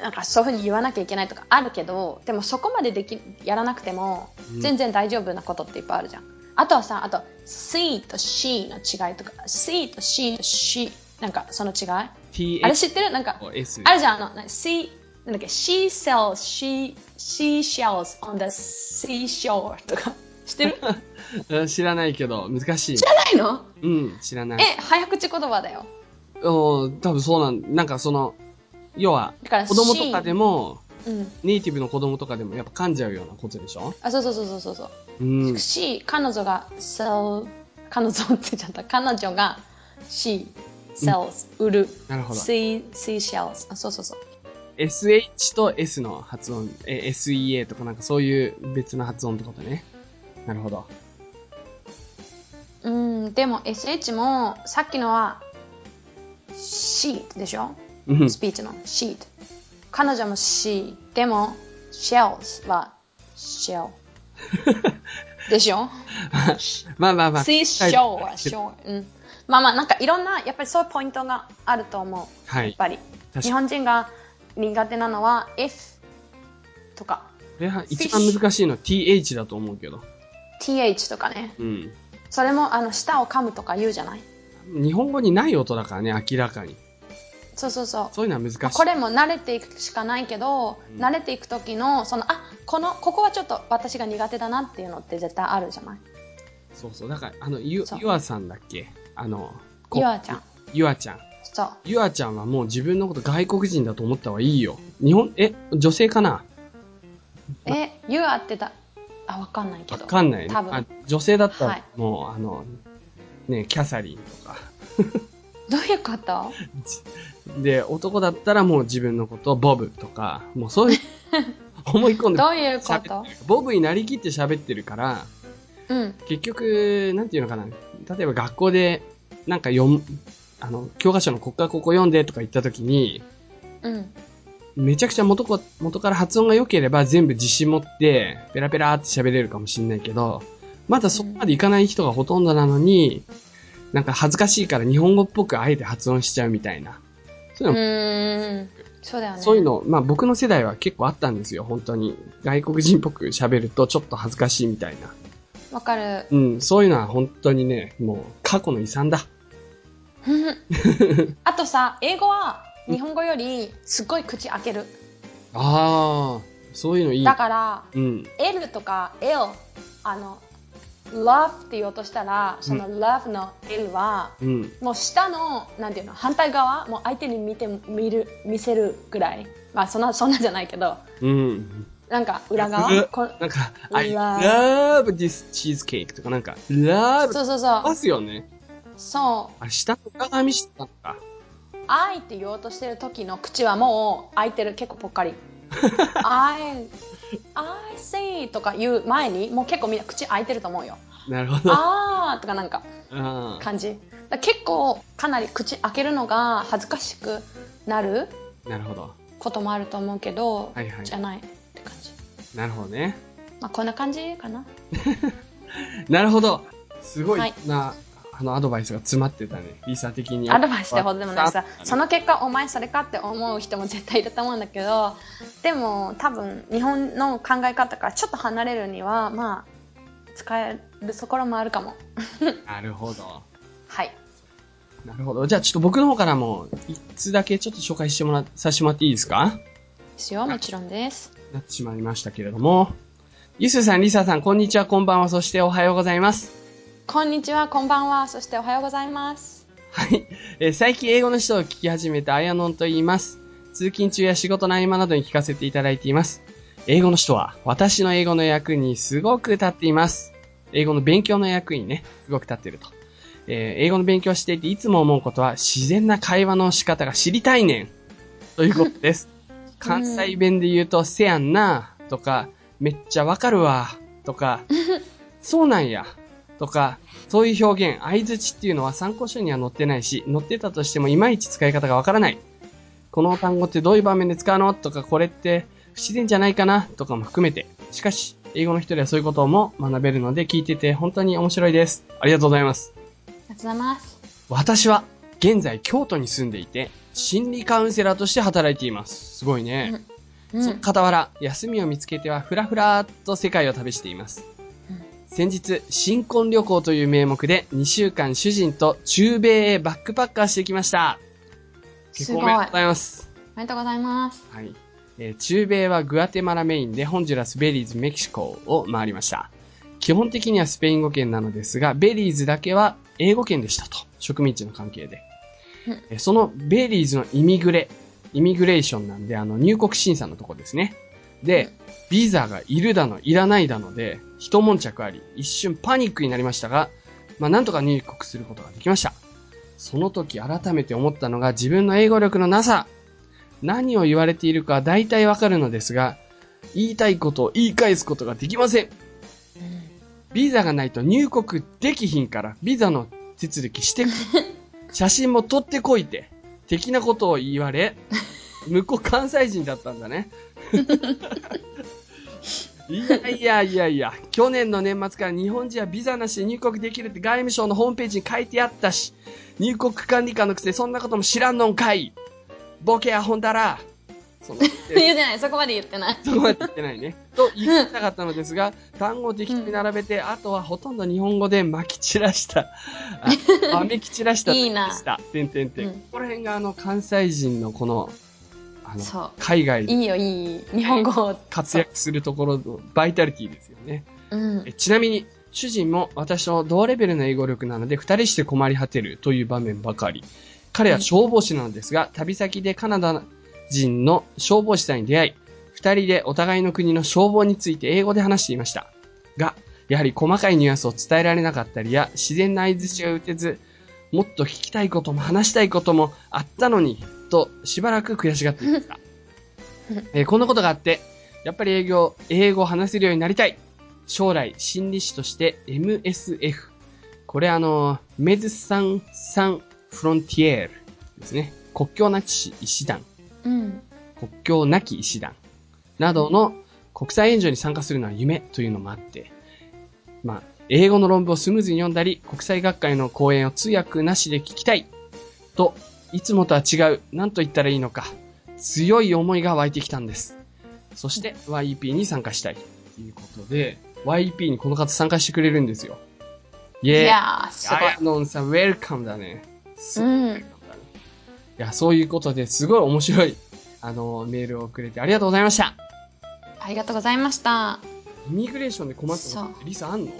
S2: なんかそういうふうに言わなきゃいけないとかあるけどでもそこまでできやらなくても
S1: うん
S2: 全然大丈夫なことっていっぱいあるじゃん、あとはさあと C と C の違いとか C と C と C なんかその違いあ
S1: T
S2: れ
S1: S
S2: 知ってるなんか
S1: S
S2: あるじゃんあのな C なんだっけ She sells she seashells on the seashore とかし てるな
S1: うん知らないけど、難しい。
S2: いの
S1: うん、知らない。
S2: え早口言葉だよ
S1: うん、多分そうなん、なんかその、要は、
S2: だから
S1: 子供とかで
S2: も、
S1: も、
S2: うん、
S1: ネイティブの子供とかでもやっぱ噛んじゃうようなことでしょ
S2: あそうそうそうそうそうそう
S1: うん。
S2: し彼女が sell 彼女って言っちゃった彼女が she sells、売る
S1: なるほど。
S2: sea seashells あそうそうそう
S1: SH と S の発音、え、SEA とかなんかそういう別の発音ってことね。なるほど。
S2: うんでも SH もさっきのは sheet でしょ
S1: うん
S2: ス。ピーチの sheet 彼女も she でも shells は shell でしょ
S1: まあまあまあ。
S2: sea shell は shell うんまあまあなんかいろんなやっぱりそういうポイントがあると思う
S1: は
S2: やっ
S1: い。
S2: ぱり
S1: かに
S2: 日本人が苦手なのは F とか
S1: これは一番難しいのは TH だと思うけど。
S2: TH とかね
S1: うん。
S2: それもあの舌を噛むとか言うじゃない
S1: 日本語にない音だからね、明らかに。
S2: そうそうそう
S1: そういうのは難しい。
S2: これも慣れていくしかないけど、
S1: うん
S2: 慣れていく時のそのあこのここはちょっと私が苦手だなっていうのって絶対あるじゃない
S1: そうそう。だから、あの、ゆ
S2: そ、う
S1: ゆあさんだっけあの、こ
S2: ゆあちゃん。
S1: ゆあちゃん。
S2: そう
S1: ゆあちゃんはもう自分のこと外国人だと思った方がいいよ。日本、え、女性かな
S2: えゆあってだあわかんないけ
S1: わ
S2: ど
S1: かんないね。
S2: 多分
S1: あ女性だった
S2: はい
S1: ら、もう、あの、ね、キャサリンとか。
S2: どういうこと
S1: で、男だったらもう自分のことをボブとか、もう そういう、思い込んで
S2: どういうこ
S1: 喋って
S2: と
S1: るボブになりきって喋ってるから、
S2: うん
S1: 結局、なんていうのかな。例えば学校で、なんか読む、あの、教科書の国家ここ読んでとか言った時に、
S2: うん
S1: めちゃくちゃ元こ元から発音が良ければ全部自信持って、ペラペラって喋れるかもしれないけど、まだそこまでいかない人がほとんどなのに、なんか恥ずかしいから日本語っぽくあえて発音しちゃうみたいな。そういうの、
S2: うーんそうだよね
S1: そういうのまあ僕の世代は結構あったんですよ、本当に。外国人っぽく喋るとちょっと恥ずかしいみたいな。
S2: わかる
S1: うん、そういうのは本当にね、もう過去の遺産だ。
S2: あとさ英語は日本語よりすっごい口開ける
S1: ああ、そういうのいい
S2: だ。から
S1: うん。
S2: L とか L あの love って言おうとしたらその love の L は
S1: うん。
S2: もう下のなんていうの反対側もう相手に見て見る見せるぐらいまあそんなそんなじゃないけど
S1: うん。
S2: なんか裏
S1: う
S2: 側こ
S1: なんか、I
S2: Love
S1: love this cheesecake とかなんか、love
S2: そうそうそ
S1: ま
S2: う
S1: すよね。
S2: そう
S1: あれ、下と鏡してたのか。
S2: 愛って言おうとしてる時の口はもう開いてる結構ぽっ かり I I see とか言う前にもう結構みんな口開いてると思 うよ
S1: なるほど。
S2: あーとかなんか
S1: うん。
S2: 感じだから結構かなり口開けるのが恥ずかしくなる
S1: なるほど。
S2: こともあると思うけど、
S1: はいはい
S2: じゃないって感じ
S1: なるほどね。
S2: まあこんな感じかな
S1: なるほど。すごい
S2: はい
S1: な、あの、アドバイスが詰まってたね。リーサー的に。
S2: アドバイスでほどでもないさ
S1: あ
S2: その結果お前それかって思う人も絶対いると思うんだけどでも多分日本の考え方からちょっと離れるにはまあ使えるところもあるかも
S1: なるほど。
S2: はい
S1: なるほど。じゃあ、ちょっと僕の方からも、一つだけちょっと紹介してもら、させてもらっていいですか
S2: ですよもちろんです
S1: なってしまいましたけれども。ゆすさん、りささん、こんにちは、こんばんは、そしておはようございます。
S2: こんにちはこんばんはそしておはようございます
S1: はい。えー最近英語の人を聞き始めたあやのんと言います。通勤中や仕事の合間などに聞かせていただいています。英語の人は私の英語の役にすごく立っています。英語の勉強の役にね、すごく立ってると。えー英語の勉強をしていていつも思うことは自然な会話の仕方が知りたいねんということです。関西弁で言うと、せやんなとか、めっちゃわかるわとか、そうなんやとか、そういう表現、相槌っていうのは参考書には載ってないし、載ってたとしてもいまいち使い方がわからない。この単語ってどういう場面で使うのとか、これって不自然じゃないかなとかも含めて。しかし、英語の人ではそういうことも学べるので聞いてて本当に面白いです。ありがとうございます。
S2: ありがとうございます
S1: 私は現在京都に住んでいて、心理カウンセラーとして働いています。すごいね。
S2: うん
S1: その傍ら、休みを見つけてはふらふらっと世界を旅しています。
S2: うん
S1: 先日、新婚旅行という名目で2週間主人と中米へバックパッカーしてきました。結
S2: す
S1: 構
S2: ご
S1: お
S2: い
S1: めでとう
S2: あ
S1: ございます。
S2: りがとうございます
S1: はい。えー中米はグアテマラメインでホンジュラス、ベリーズ、メキシコを回りました。基本的にはスペイン語圏なのですが、ベリーズだけは英語圏でしたと。植民地の関係で。
S2: うん
S1: えそのベリーズのイミグレ、イミグレーションなんで、あの、入国審査のとこですね。
S2: う
S1: で
S2: ん、
S1: ビザがいるだの、いらないだので、一悶着あり、一瞬パニックになりましたが、まあ、なんとか入国することができました。その時改めて思ったのが自分の英語力のなさ。何を言われているか大体わかるのですが、言いたいことを言い返すことができません。ビザがないと入国できひんから、ビザの手続きして、写真も撮ってこいて、的なことを言われ、向こう関西人だったんだね。いやいやいやいや、去年の年末から日本人はビザなしで入国できるって外務省のホームページに書いてあったし、入国管理官のくせにそんなことも知らんのんかい。ボケやほんだら。その
S2: 言ってないそこまで言ってない
S1: そこまで言ってないね。 と言いたかったのですが、単語を適当に並べて、あとはほとんど日本語で撒き散らした。 あ、めき散らした。
S2: いいな
S1: でした。てんてんてん。
S2: うん
S1: ここら辺があの、関西人のこの、あの、
S2: そう
S1: 海外で
S2: いいよいい日本語を
S1: 活躍するところのバイタリティですよね。
S2: うん
S1: えちなみに、主人も私の同レベルの英語力なので、二人して困り果てるという場面ばかり。彼は消防士なのですが、旅先でカナダ人の消防士さんに出会い、二人でお互いの国の消防について英語で話していました。が、やはり細かいニュアンスを伝えられなかったりや、自然な合図しが打てず、もっと聞きたいことも話したいこともあったのに、としばらく悔しがっていま した。えーこんなことがあって、やっぱり営業、英語を話せるようになりたい。将来、心理師として MSF。これあの、メズサン・サン・フロンティエールですね。国境なき医師団。
S2: うん
S1: 国境なき医師団などの国際援助に参加するのは夢というのもあって、まあ、英語の論文をスムーズに読んだり、国際学会の講演を通訳なしで聞きたいと、いつもとは違う、なんと言ったらいいのか、強い思いが湧いてきたんです。そして YEP に参加したいということで、YEP にこの方参加してくれるんですよ。イ
S2: い
S1: ェーイ
S2: やーすごい
S1: あやのんさん、ウェルカムだね。す
S2: うん
S1: いや、そういうことですごい面白い、あの、メールをくれてありがとうございました。
S2: ありがとうございました
S1: イミグレーションで困ったことってリサあんの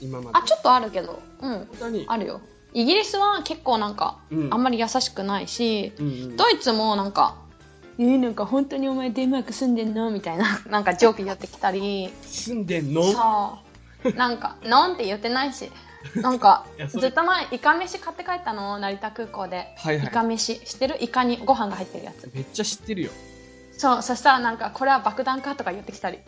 S1: 今まで。
S2: あちょっとあるけどうん
S1: 本当に。
S2: あるよイギリスは結構なんか
S1: うん
S2: あんまり優しくないし
S1: うんうん、
S2: ドイツもなんか「えー、なんか本当にお前デンマーク住んでんの?」みたい ななんかジョーク言ってきたり
S1: 住んでんの
S2: そうなんか「のん」って言ってない しなんか
S1: いやそれ
S2: ずっと前イカ飯買って帰ったの成田空港で
S1: はい
S2: イカ
S1: は
S2: 飯知ってるイカにご飯が入ってるやつ
S1: い。めっちゃ知ってるよ。
S2: そうそしたらなんか「これは爆弾か?」とか言ってきたり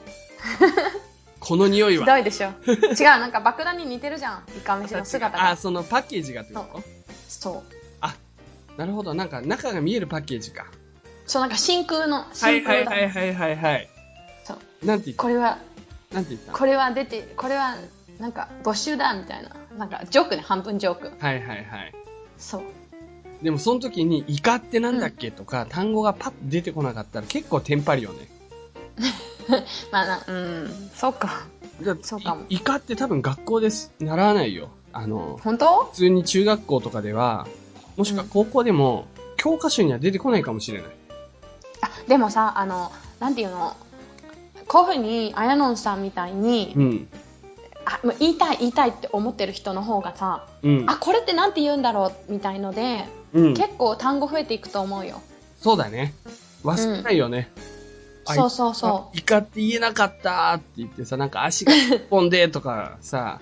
S1: この匂い
S2: ひ
S1: は。
S2: どいで しょ違うなんか爆弾に似てるじゃんイカ飯の姿
S1: あ、
S2: が
S1: そのパッケージがってこと
S2: そう
S1: なるほど。なんか中が見えるパッケージか。
S2: そうなんか真空の
S1: はい
S2: 真
S1: は
S2: 空
S1: い
S2: だ、
S1: はいはいはいはい。
S2: そう
S1: なんて言っ
S2: これは
S1: たなんて言った
S2: これは出てこれはなんか没収だみたいななんかジョークね半分ジョーク
S1: はいはいはい。
S2: そう
S1: でもその時にイカってなんだっけとか、単語がパッと出てこなかったら結構テンパるよね。
S2: まあなうんそうか
S1: だって
S2: そうかも
S1: いイカって多分学校です習わないよ。あの、
S2: 本当
S1: 普通に中学校とかでは、もしくは高校でも、教科書には出てこないかもしれない。
S2: あでもさあのなんていうのこういうふうにあやのんさんみたいに、
S1: うん。
S2: あもう言いたい言いたいって思ってる人の方がさ、
S1: うん。
S2: あこれってなんて言うんだろうみたいので、
S1: うん。
S2: 結構単語増えていくと思うよ
S1: そうだね。忘れないよね。あ
S2: そうそうそ
S1: イカって言えなかったって言ってさ、なんか足が一本でとか さ、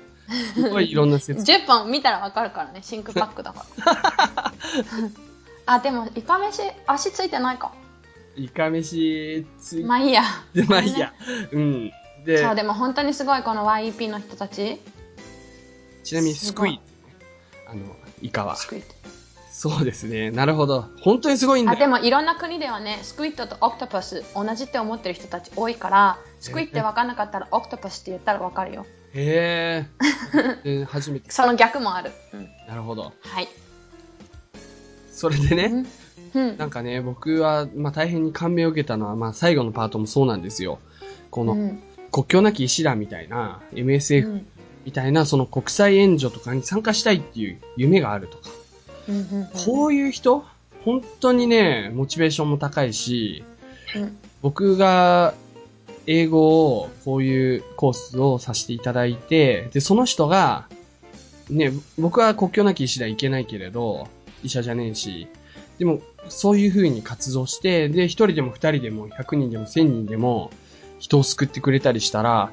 S1: すごいいろんな
S2: う
S1: 説。
S2: 10本見たらわかるからねシンクパックだから あでもイカ飯足ついてないか
S1: イカ飯つい
S2: まあいいや
S1: て、まあいいや。うん。で
S2: そう、でも本当にすごいこの YEP の人たち
S1: ちなみに
S2: す
S1: ス
S2: ご
S1: ク
S2: い
S1: イあの、イカは。
S2: スクイッ
S1: そうですね。なるほど。本当にすごいん
S2: ドあ
S1: だ
S2: で
S1: よ。
S2: もいろんな国ではねスクイッドとオクトパス同じって思ってる人たち多いからスクイって分かんなかったらオクトパスって言ったら分かるよ
S1: へ え。で初めて。
S2: その逆もある、うん、
S1: なるほど。
S2: はい
S1: それでね。
S2: うんうん
S1: なんかね、僕は、まあ、大変に感銘を受けたのは、まあ、最後のパートもそうなんですよ。こ
S2: う
S1: の、
S2: ん
S1: 国境なき医師団みたいな、
S2: う
S1: MSF
S2: ん
S1: みたいな、その国際援助とかに参加したいっていう夢があるとか。
S2: うんうん
S1: こういう人本当にね、モチベーションも高いし、
S2: うん
S1: 僕が英語を、こういうコースをさせていただいて、で、その人が、ね、僕は国境なき医師ではいけないけれど、医者じゃねえし、でも、そういう風に活動して、で、一人でも二人でも、100人でも、1000人でも、人を救ってくれたりしたら、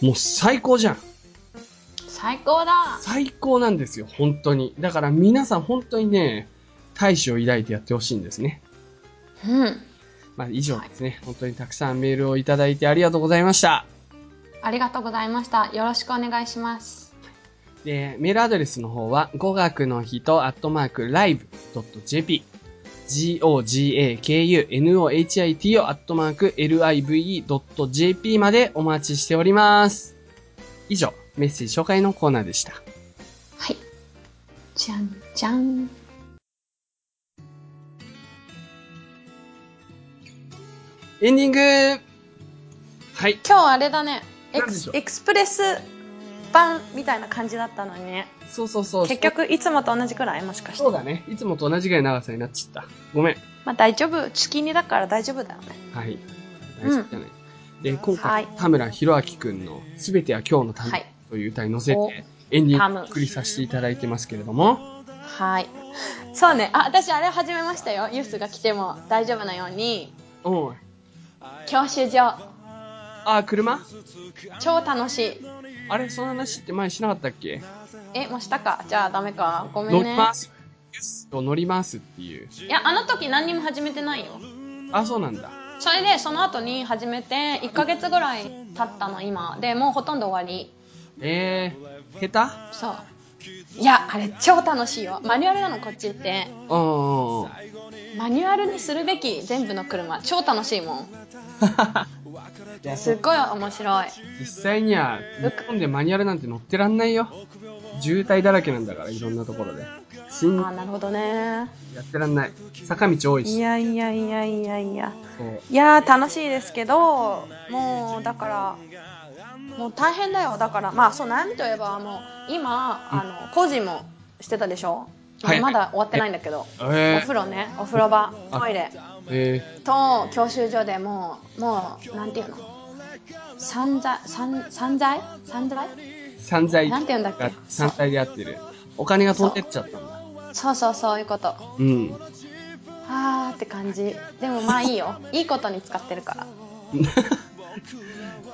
S1: もう最高じゃん。
S2: 最高だ
S1: 最高なんですよ、本当に。だから皆さん本当にね、大志を抱いてやってほしいんですね。
S2: うん。
S1: まあ以上ですね、本当にたくさんメールをいただいてありがとうございました。
S2: ありがとうございました。よろしくお願いします。
S1: で、メールアドレスの方は、語学の人、アットマーク、live.jp、gogakunohito、アットマーク、live.jp までお待ちしております。以上、メッセージ紹介のコーナーでした。
S2: はい。じゃんじゃん。
S1: エンディングはい。
S2: 今日あれだね。エ
S1: なん
S2: ク
S1: でし
S2: ス
S1: ょう
S2: エクスプレス版みたいな感じだったのにね。
S1: そうそうそう。
S2: 結局、いつもと同じくらいもしかして。
S1: そうだね。いつもと同じぐらいの長さになっちゃった。ごめん。
S2: まあ大丈夫。月にだから大丈夫だよね。
S1: はい。大好きじゃない。で、今回、
S2: はい
S1: 田村博明くんの、すべては今日のため、
S2: はい
S1: という歌に乗せて
S2: お、
S1: エンディ
S2: タ
S1: ング
S2: ム
S1: をお送りさせていただいてますけれども、
S2: はい。そうね。あ、私あれ始めましたよ。ユースが来ても大丈夫なように。
S1: うん。
S2: 教習所。
S1: あ、車
S2: 超楽しい。
S1: あれその話って前しなかったっけ
S2: え、もうしたかじゃあダメか。ごめ
S1: 乗
S2: ん
S1: り
S2: ね。
S1: ます。ユースと乗りますっていう。
S2: いや、あの時何にも始めてないよ。
S1: あ、そうなんだ。
S2: それでその後に始めて1ヶ月ぐらい経ったの今でもうほとんど終わり
S1: えー、下
S2: そういやあれ超楽しいよマニュアルなのこっちって
S1: 手うんうんうん。
S2: マニュアルにするべき全部の車超楽しいもん
S1: いや
S2: すっごい面白い
S1: 実際には、日本でマニュアルなんて乗ってらんないよ。渋滞だらけなんだから、いろんなところで。信
S2: ああなるほどね
S1: やってらんない。坂道多い
S2: い
S1: し。
S2: やいやいやいやいや
S1: そう。
S2: いやー楽しいですけどもうだからもう大変だよだからまあそう悩みといえばもう今あの工事もしてたでしょ、
S1: はい
S2: まだ終わってないんだけどお
S1: え
S2: 風呂ねお風呂場
S1: あ
S2: トイレ
S1: ー、え
S2: と教習所でもうもうなんていうの散財散散財散財
S1: ー、散財
S2: なんて言うんだっ
S1: が
S2: け
S1: 散財で合ってる。お金が飛んでっちゃったんだ。
S2: そうそうそういうこと
S1: うん。
S2: あーって感じでもまあいいよいいことに使ってるから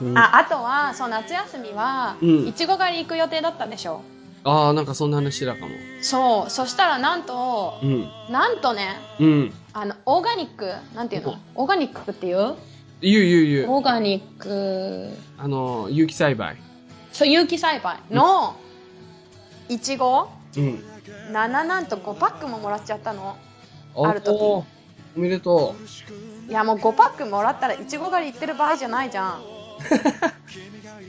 S1: うんあ
S2: ああとはそう夏休みは
S1: うん
S2: いちご狩り行く予定だったでしょ
S1: あー、なんかそんな話してたかも。
S2: そうそしたらなんと
S1: うん。
S2: なんとね
S1: うん。
S2: あのオーガニックなんていうのオーガニックっていう
S1: 言う言う言う。
S2: オーガニック
S1: あの、有機栽培。
S2: そう有機栽培のいちご
S1: うん。
S2: なななんと5パックももらっちゃったの
S1: お
S2: ある時
S1: おめでとう。
S2: いやもう5パックもらったらいちご狩り行ってる場合じゃないじゃん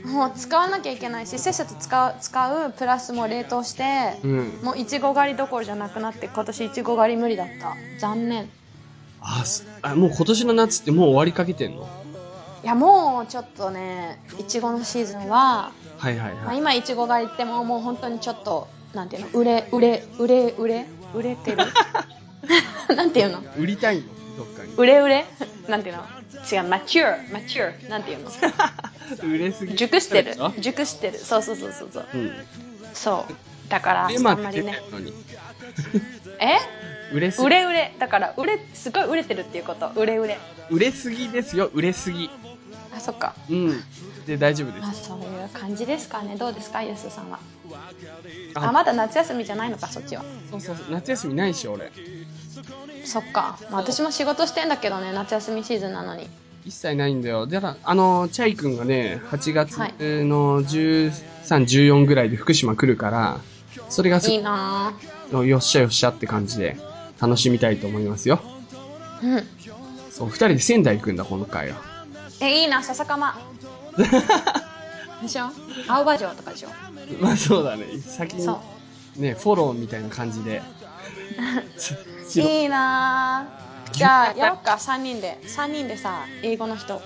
S2: もう使わなきゃいけないしせっせと使う使うプラスもう冷凍して、
S1: うん。
S2: もういちご狩りどころじゃなくなって今年いちご狩り無理だった残念
S1: あすあ、もう今年の夏ってもう終わりかけてんの
S2: いやもうちょっとねいちごのシーズンは、
S1: はいはい
S2: まあ、
S1: はい。
S2: 今いちご狩りってももう本当にちょっとなんていうの売れ売れ売れ売れ売れてるなんていうの
S1: 売りたいのどっかに。
S2: 売れ売れなんていうの違うマチュアマチュアなんていう の
S1: 売れすぎ
S2: 熟してる
S1: でしょ
S2: 熟してるそうそうそうそうそう
S1: うん。
S2: そうだからあ
S1: で、
S2: ん
S1: まあ、
S2: まりね
S1: のに。
S2: え
S1: 売れすぎ
S2: 売。れ売れだから売れすごい売れてるっていうこと売れ売れ
S1: 売れすぎですよ、売れすぎ。
S2: あそっか
S1: うん。で、大丈夫で
S2: まあ
S1: す。
S2: そういう感じですかねどうですかユースさんは
S1: あ
S2: あまだ夏休みじゃないのかそっちは
S1: そうそうそう、夏休みないし、俺。
S2: そっか、まあ、私も仕事してんだけどね夏休みシーズンなのに
S1: 一切ないんだよ。だから、あの、チャイ君がね、8月
S2: はい
S1: の13、14ぐらいで福島来るから、それがす
S2: いいな
S1: よっしゃよっしゃって感じで、楽しみたいと思いますよ。
S2: ぁうん
S1: そう、二人で仙台行くんだ、この回は。
S2: えいいな笹かまでしょ青葉城とかでしょ
S1: まあそうだね、先に
S2: そう
S1: ね、フォローみたいな感じで。し
S2: いいなぁじゃあやろっか3人で3人でさ英語の人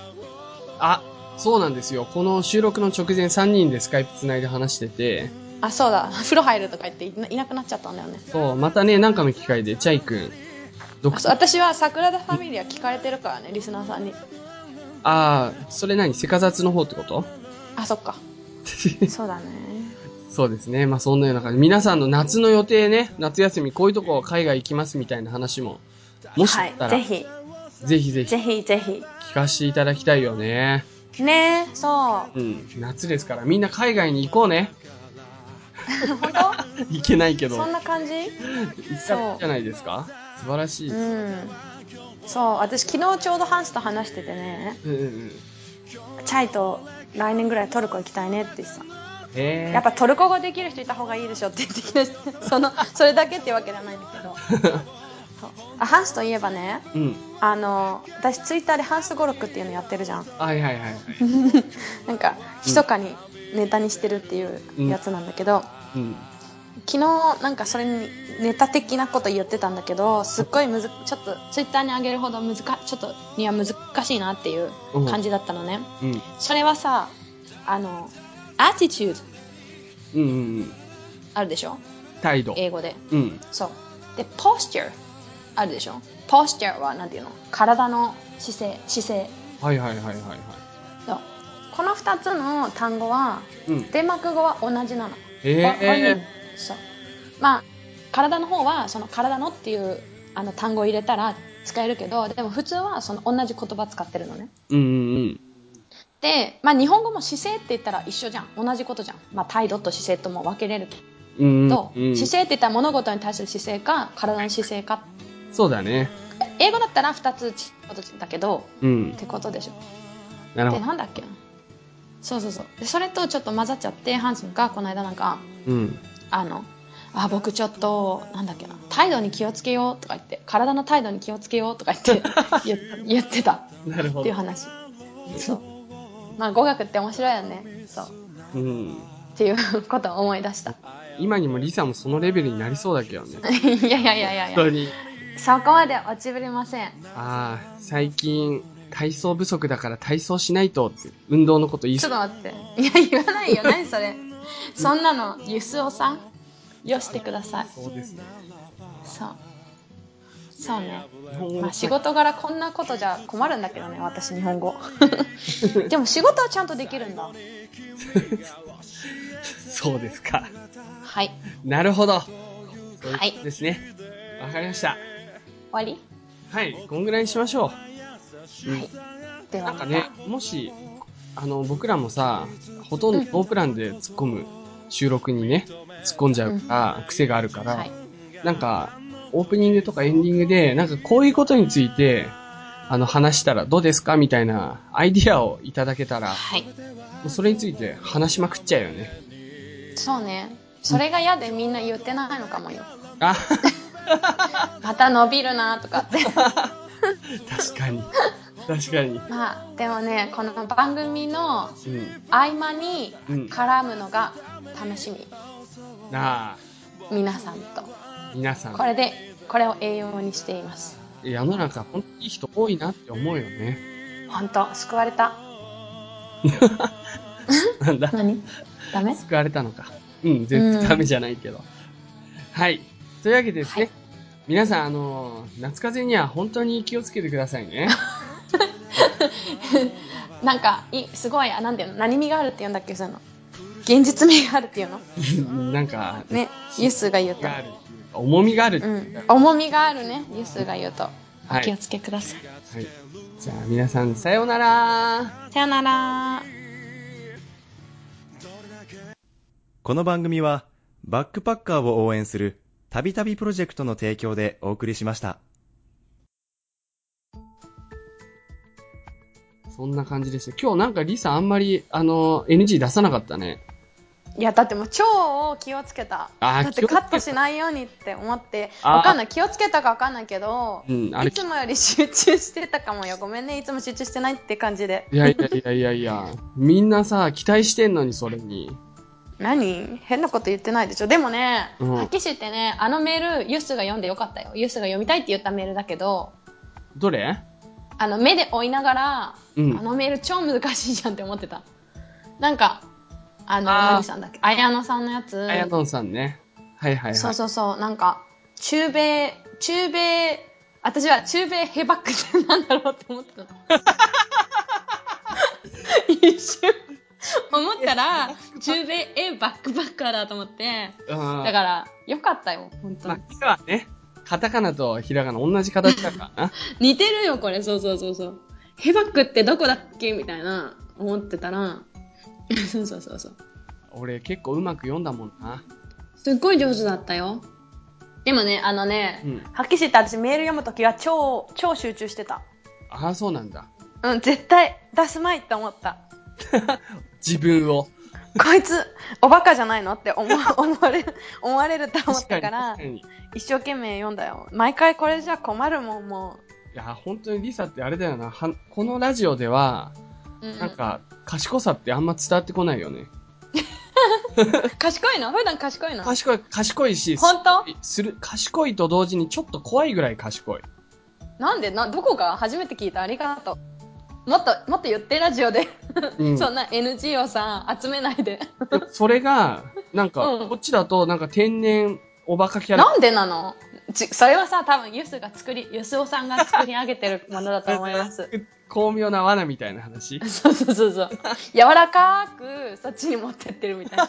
S1: あ、そうなんですよ。この収録の直前3人でスカイプ繋いで話してて、
S2: あそうだ風呂入るとか言っていないなくなっちゃったんだよね
S1: そう、またね、なんかの機会でチャイ君、
S2: あ
S1: 独
S2: そう私は桜田ファミリア聞かれてるからねリスナーさんに
S1: ああ、それ何セカザツの方ってこと
S2: あそっかそうだね
S1: そうですね。まあそんなような感じ。皆さんの夏の予定ね、夏休みこういうとこ海外行きますみたいな話も、もしあ
S2: は
S1: ったら、
S2: いぜひ
S1: ぜひぜひ
S2: ぜひぜひ
S1: 聞かせていただきたいよね。
S2: ねえそう
S1: うん。夏ですから、みんな海外に行こうね。
S2: 本
S1: 行けないけ
S2: 当
S1: ど、
S2: そん
S1: 行
S2: な感じ
S1: ったらいいじゃないですか。素晴らしい。
S2: う
S1: うん
S2: んそう私昨日ちょうどハンスと話しててね
S1: うんうん。
S2: チャイと来年ぐらいトルコ行きたいねって言ってた
S1: え
S2: やっぱトルコ語できる人いた方がいいでしょって言ってきたそのそれだけってわけじゃないんだけど そうあハンスといえばね
S1: うん。
S2: あの私ツイッターでハンス語録っていうのやってるじゃん
S1: はいはいはいはい。
S2: なんか密かにネタにしてるっていうやつなんだけど、
S1: うん。
S2: 昨日なんかそれにネタ的なこと言ってたんだけどすっごいむずちょっとツイッターに上げるほど難ちょっとには難しいなっていう感じだったのね、
S1: うん。
S2: それはさあのアティチュード
S1: うんうんうん。
S2: あるでしょ
S1: 態度。
S2: 英語で
S1: うん。
S2: そうで posture あるでしょ posture はなんていうの体の姿勢姿勢
S1: はいはいはいはいはい。
S2: そうこの2つの単語は
S1: うん。
S2: デンマーク語は同じなの
S1: え
S2: ほ本人
S1: え
S2: そうまあ体の方はその体のっていうあの単語を入れたら使えるけどでも普通はその同じ言葉使ってるのね
S1: うんうんうん。
S2: で、まあ、日本語も姿勢って言ったら一緒じゃん同じことじゃん、まあ、態度と姿勢とも分けれるけ
S1: うん
S2: ど、
S1: うん、
S2: 姿勢って言ったら物事に対する姿勢か体の姿勢か
S1: そうだね。
S2: 英語だったら2つ違うことだけど
S1: うん
S2: っ。てことでしょ
S1: なる
S2: で
S1: ほど。
S2: なんだっけなそうそうそうでそれとちょっと混ざっちゃってハンスがこの間なんか
S1: うん。
S2: あのあ僕ちょっとなんだっけな態度に気をつけようとか言って体の態度に気をつけようとか言 って言言ってた
S1: なるほ
S2: っていう
S1: ど。
S2: 話そうまあ語学って面白いよねそ
S1: う
S2: う
S1: ん。
S2: っていうことを思い出 した
S1: 今にもリサもそのレベルになりそうだけどね。
S2: いやいやいやいやい
S1: 本当
S2: や
S1: に。
S2: そこまで落ちぶれません
S1: ああ、最近、体操不足だから体操しないとって、運動のこと言い
S2: ちょ
S1: そ
S2: っ
S1: う。
S2: と待っていや言わないよ何それそんなのゆすおさんよしてください
S1: そうですね。
S2: そうそうね
S1: 日本語
S2: ま
S1: の
S2: あ、仕事柄こんなことじゃ困るんだけどね私日本 語でも仕事はちゃんとできるんだ
S1: そうですか。
S2: はい
S1: なるほど。
S2: はい
S1: そう
S2: 終
S1: ですね。わかりました。
S2: わり
S1: はい、こんぐらいにしましょう。うん。
S2: では
S1: なんか
S2: また、
S1: ね、もし、あの、僕らもさ、ほとんどノープランで突っ込む収録にね、突っ込んじゃうから、癖があるから、
S2: はい
S1: なんか、オープニングとかエンディングで、なんかこういうことについて、あの、話したらどうですかみたいなアイディアをいただけたら、も
S2: はいう
S1: それについて話しまくっちゃうよね。
S2: そうねそれが嫌でみんな言ってないのかもよ
S1: あ、
S2: また伸びるなとか って
S1: 確かに。確かに。
S2: まあでもねこの番組の
S1: うん。
S2: 合間に
S1: うん
S2: 絡むのが楽しみ
S1: なあ、
S2: 皆さんと
S1: 皆さん
S2: こ、れでこれを栄養にしています
S1: 世の中本当にいい人多いなって思うよね。
S2: 本当救われた
S1: なんだ
S2: 何ダメ
S1: 救われたのか。うん、全然ダメじゃないけど。はい。というわけでですね、
S2: はい
S1: 皆さん、あのー夏風邪には本当に気をつけてください ね。
S2: なんかいすごいあなんていうの何味があるって言うんだっけそういうの現実味があるっていうの
S1: なんか、
S2: ねユスが言うと
S1: がある重みがある。
S2: う
S1: はい。
S2: ん重みがあるねユスが言うとお気をつけください、
S1: じゃあ、皆さん、さようなら。
S2: さよなら
S3: この番組は、バックパッカーを応援する、たびたびプロジェクトの提供でお送りしました。
S1: そんな感じでした。今日なんかリサあんまり、あのー NG 出さなかったね。
S2: いやだってもう超を気をつけた
S1: あー
S2: だっ
S1: 気
S2: て
S1: をつけ
S2: カ
S1: た
S2: ットしないようにって思って
S1: あー
S2: わかんない気をつけたかわかんないけど、
S1: うん、あれ
S2: い。つもより集中してたかもよごめんねいつも集中してないって感じで
S1: いやいやいやいやいや。みんなさ、期待してんのに、それに。
S2: 何変なこと言ってないでしょでもね、
S1: うん
S2: はっきり言ってねあのメールユスが読んでよかったよユスが読みたいって言ったメールだけど
S1: どれ
S2: あの目で追いながら、
S1: うん
S2: あのメール超難しいじゃんって思ってたなんかあの
S1: あー
S2: 何さんだっけ綾野さんのやつ
S1: あやとんさんね。はいはいはい。
S2: そうそうそう、なんか、中米、中 米、私は中米ヘバックってなんだろうって思ってたの。一瞬思ったら中米えバックパッカーだと思ってだ
S1: ま
S2: からよかったよ本当
S1: あ
S2: に、、
S1: 今はね、カタカナとひらがな同じ形だからな。
S2: 似てるよこれそうそうそうそうヘバックってどこだっけみたいな思ってたら そうそうそうそう
S1: 俺結構うまく読んだもんな。
S2: すっごい上手だったよでもねあのね、
S1: うん
S2: はっきりして私メール読む時は超超集中してた
S1: ああ、そうなんだ。
S2: うん絶対出すまいって思った
S1: 自分を。
S2: こいつおバカじゃないのって思 わ思われる思われると思ったから
S1: 確かに。い
S2: 一生懸命読んだよ毎回これじゃ困るもんも
S1: や、本当にリサってあれだよな。はこのラジオでは、
S2: う、うん
S1: なんか、賢さってあんま伝わってこないよね。
S2: 賢いの普段賢いの
S1: 賢い、賢いし、
S2: 本当
S1: する、賢いと同時にちょっと怖いぐらい賢い。
S2: なんでなどこか初めて聞いたありがとうもっともっと言ってラジオで、
S1: うん
S2: そんな NG をさ集めないで
S1: でもそれが、なんか、
S2: うん
S1: こっちだと、なんか天然おバカキャラ。
S2: なんでなのちそれはさ多分ユスが作りユスオさんが作り上げてるものだと思います
S1: 巧妙な罠みたいな話。
S2: そうそうそうそう柔らかくそっちに持ってってるみたいな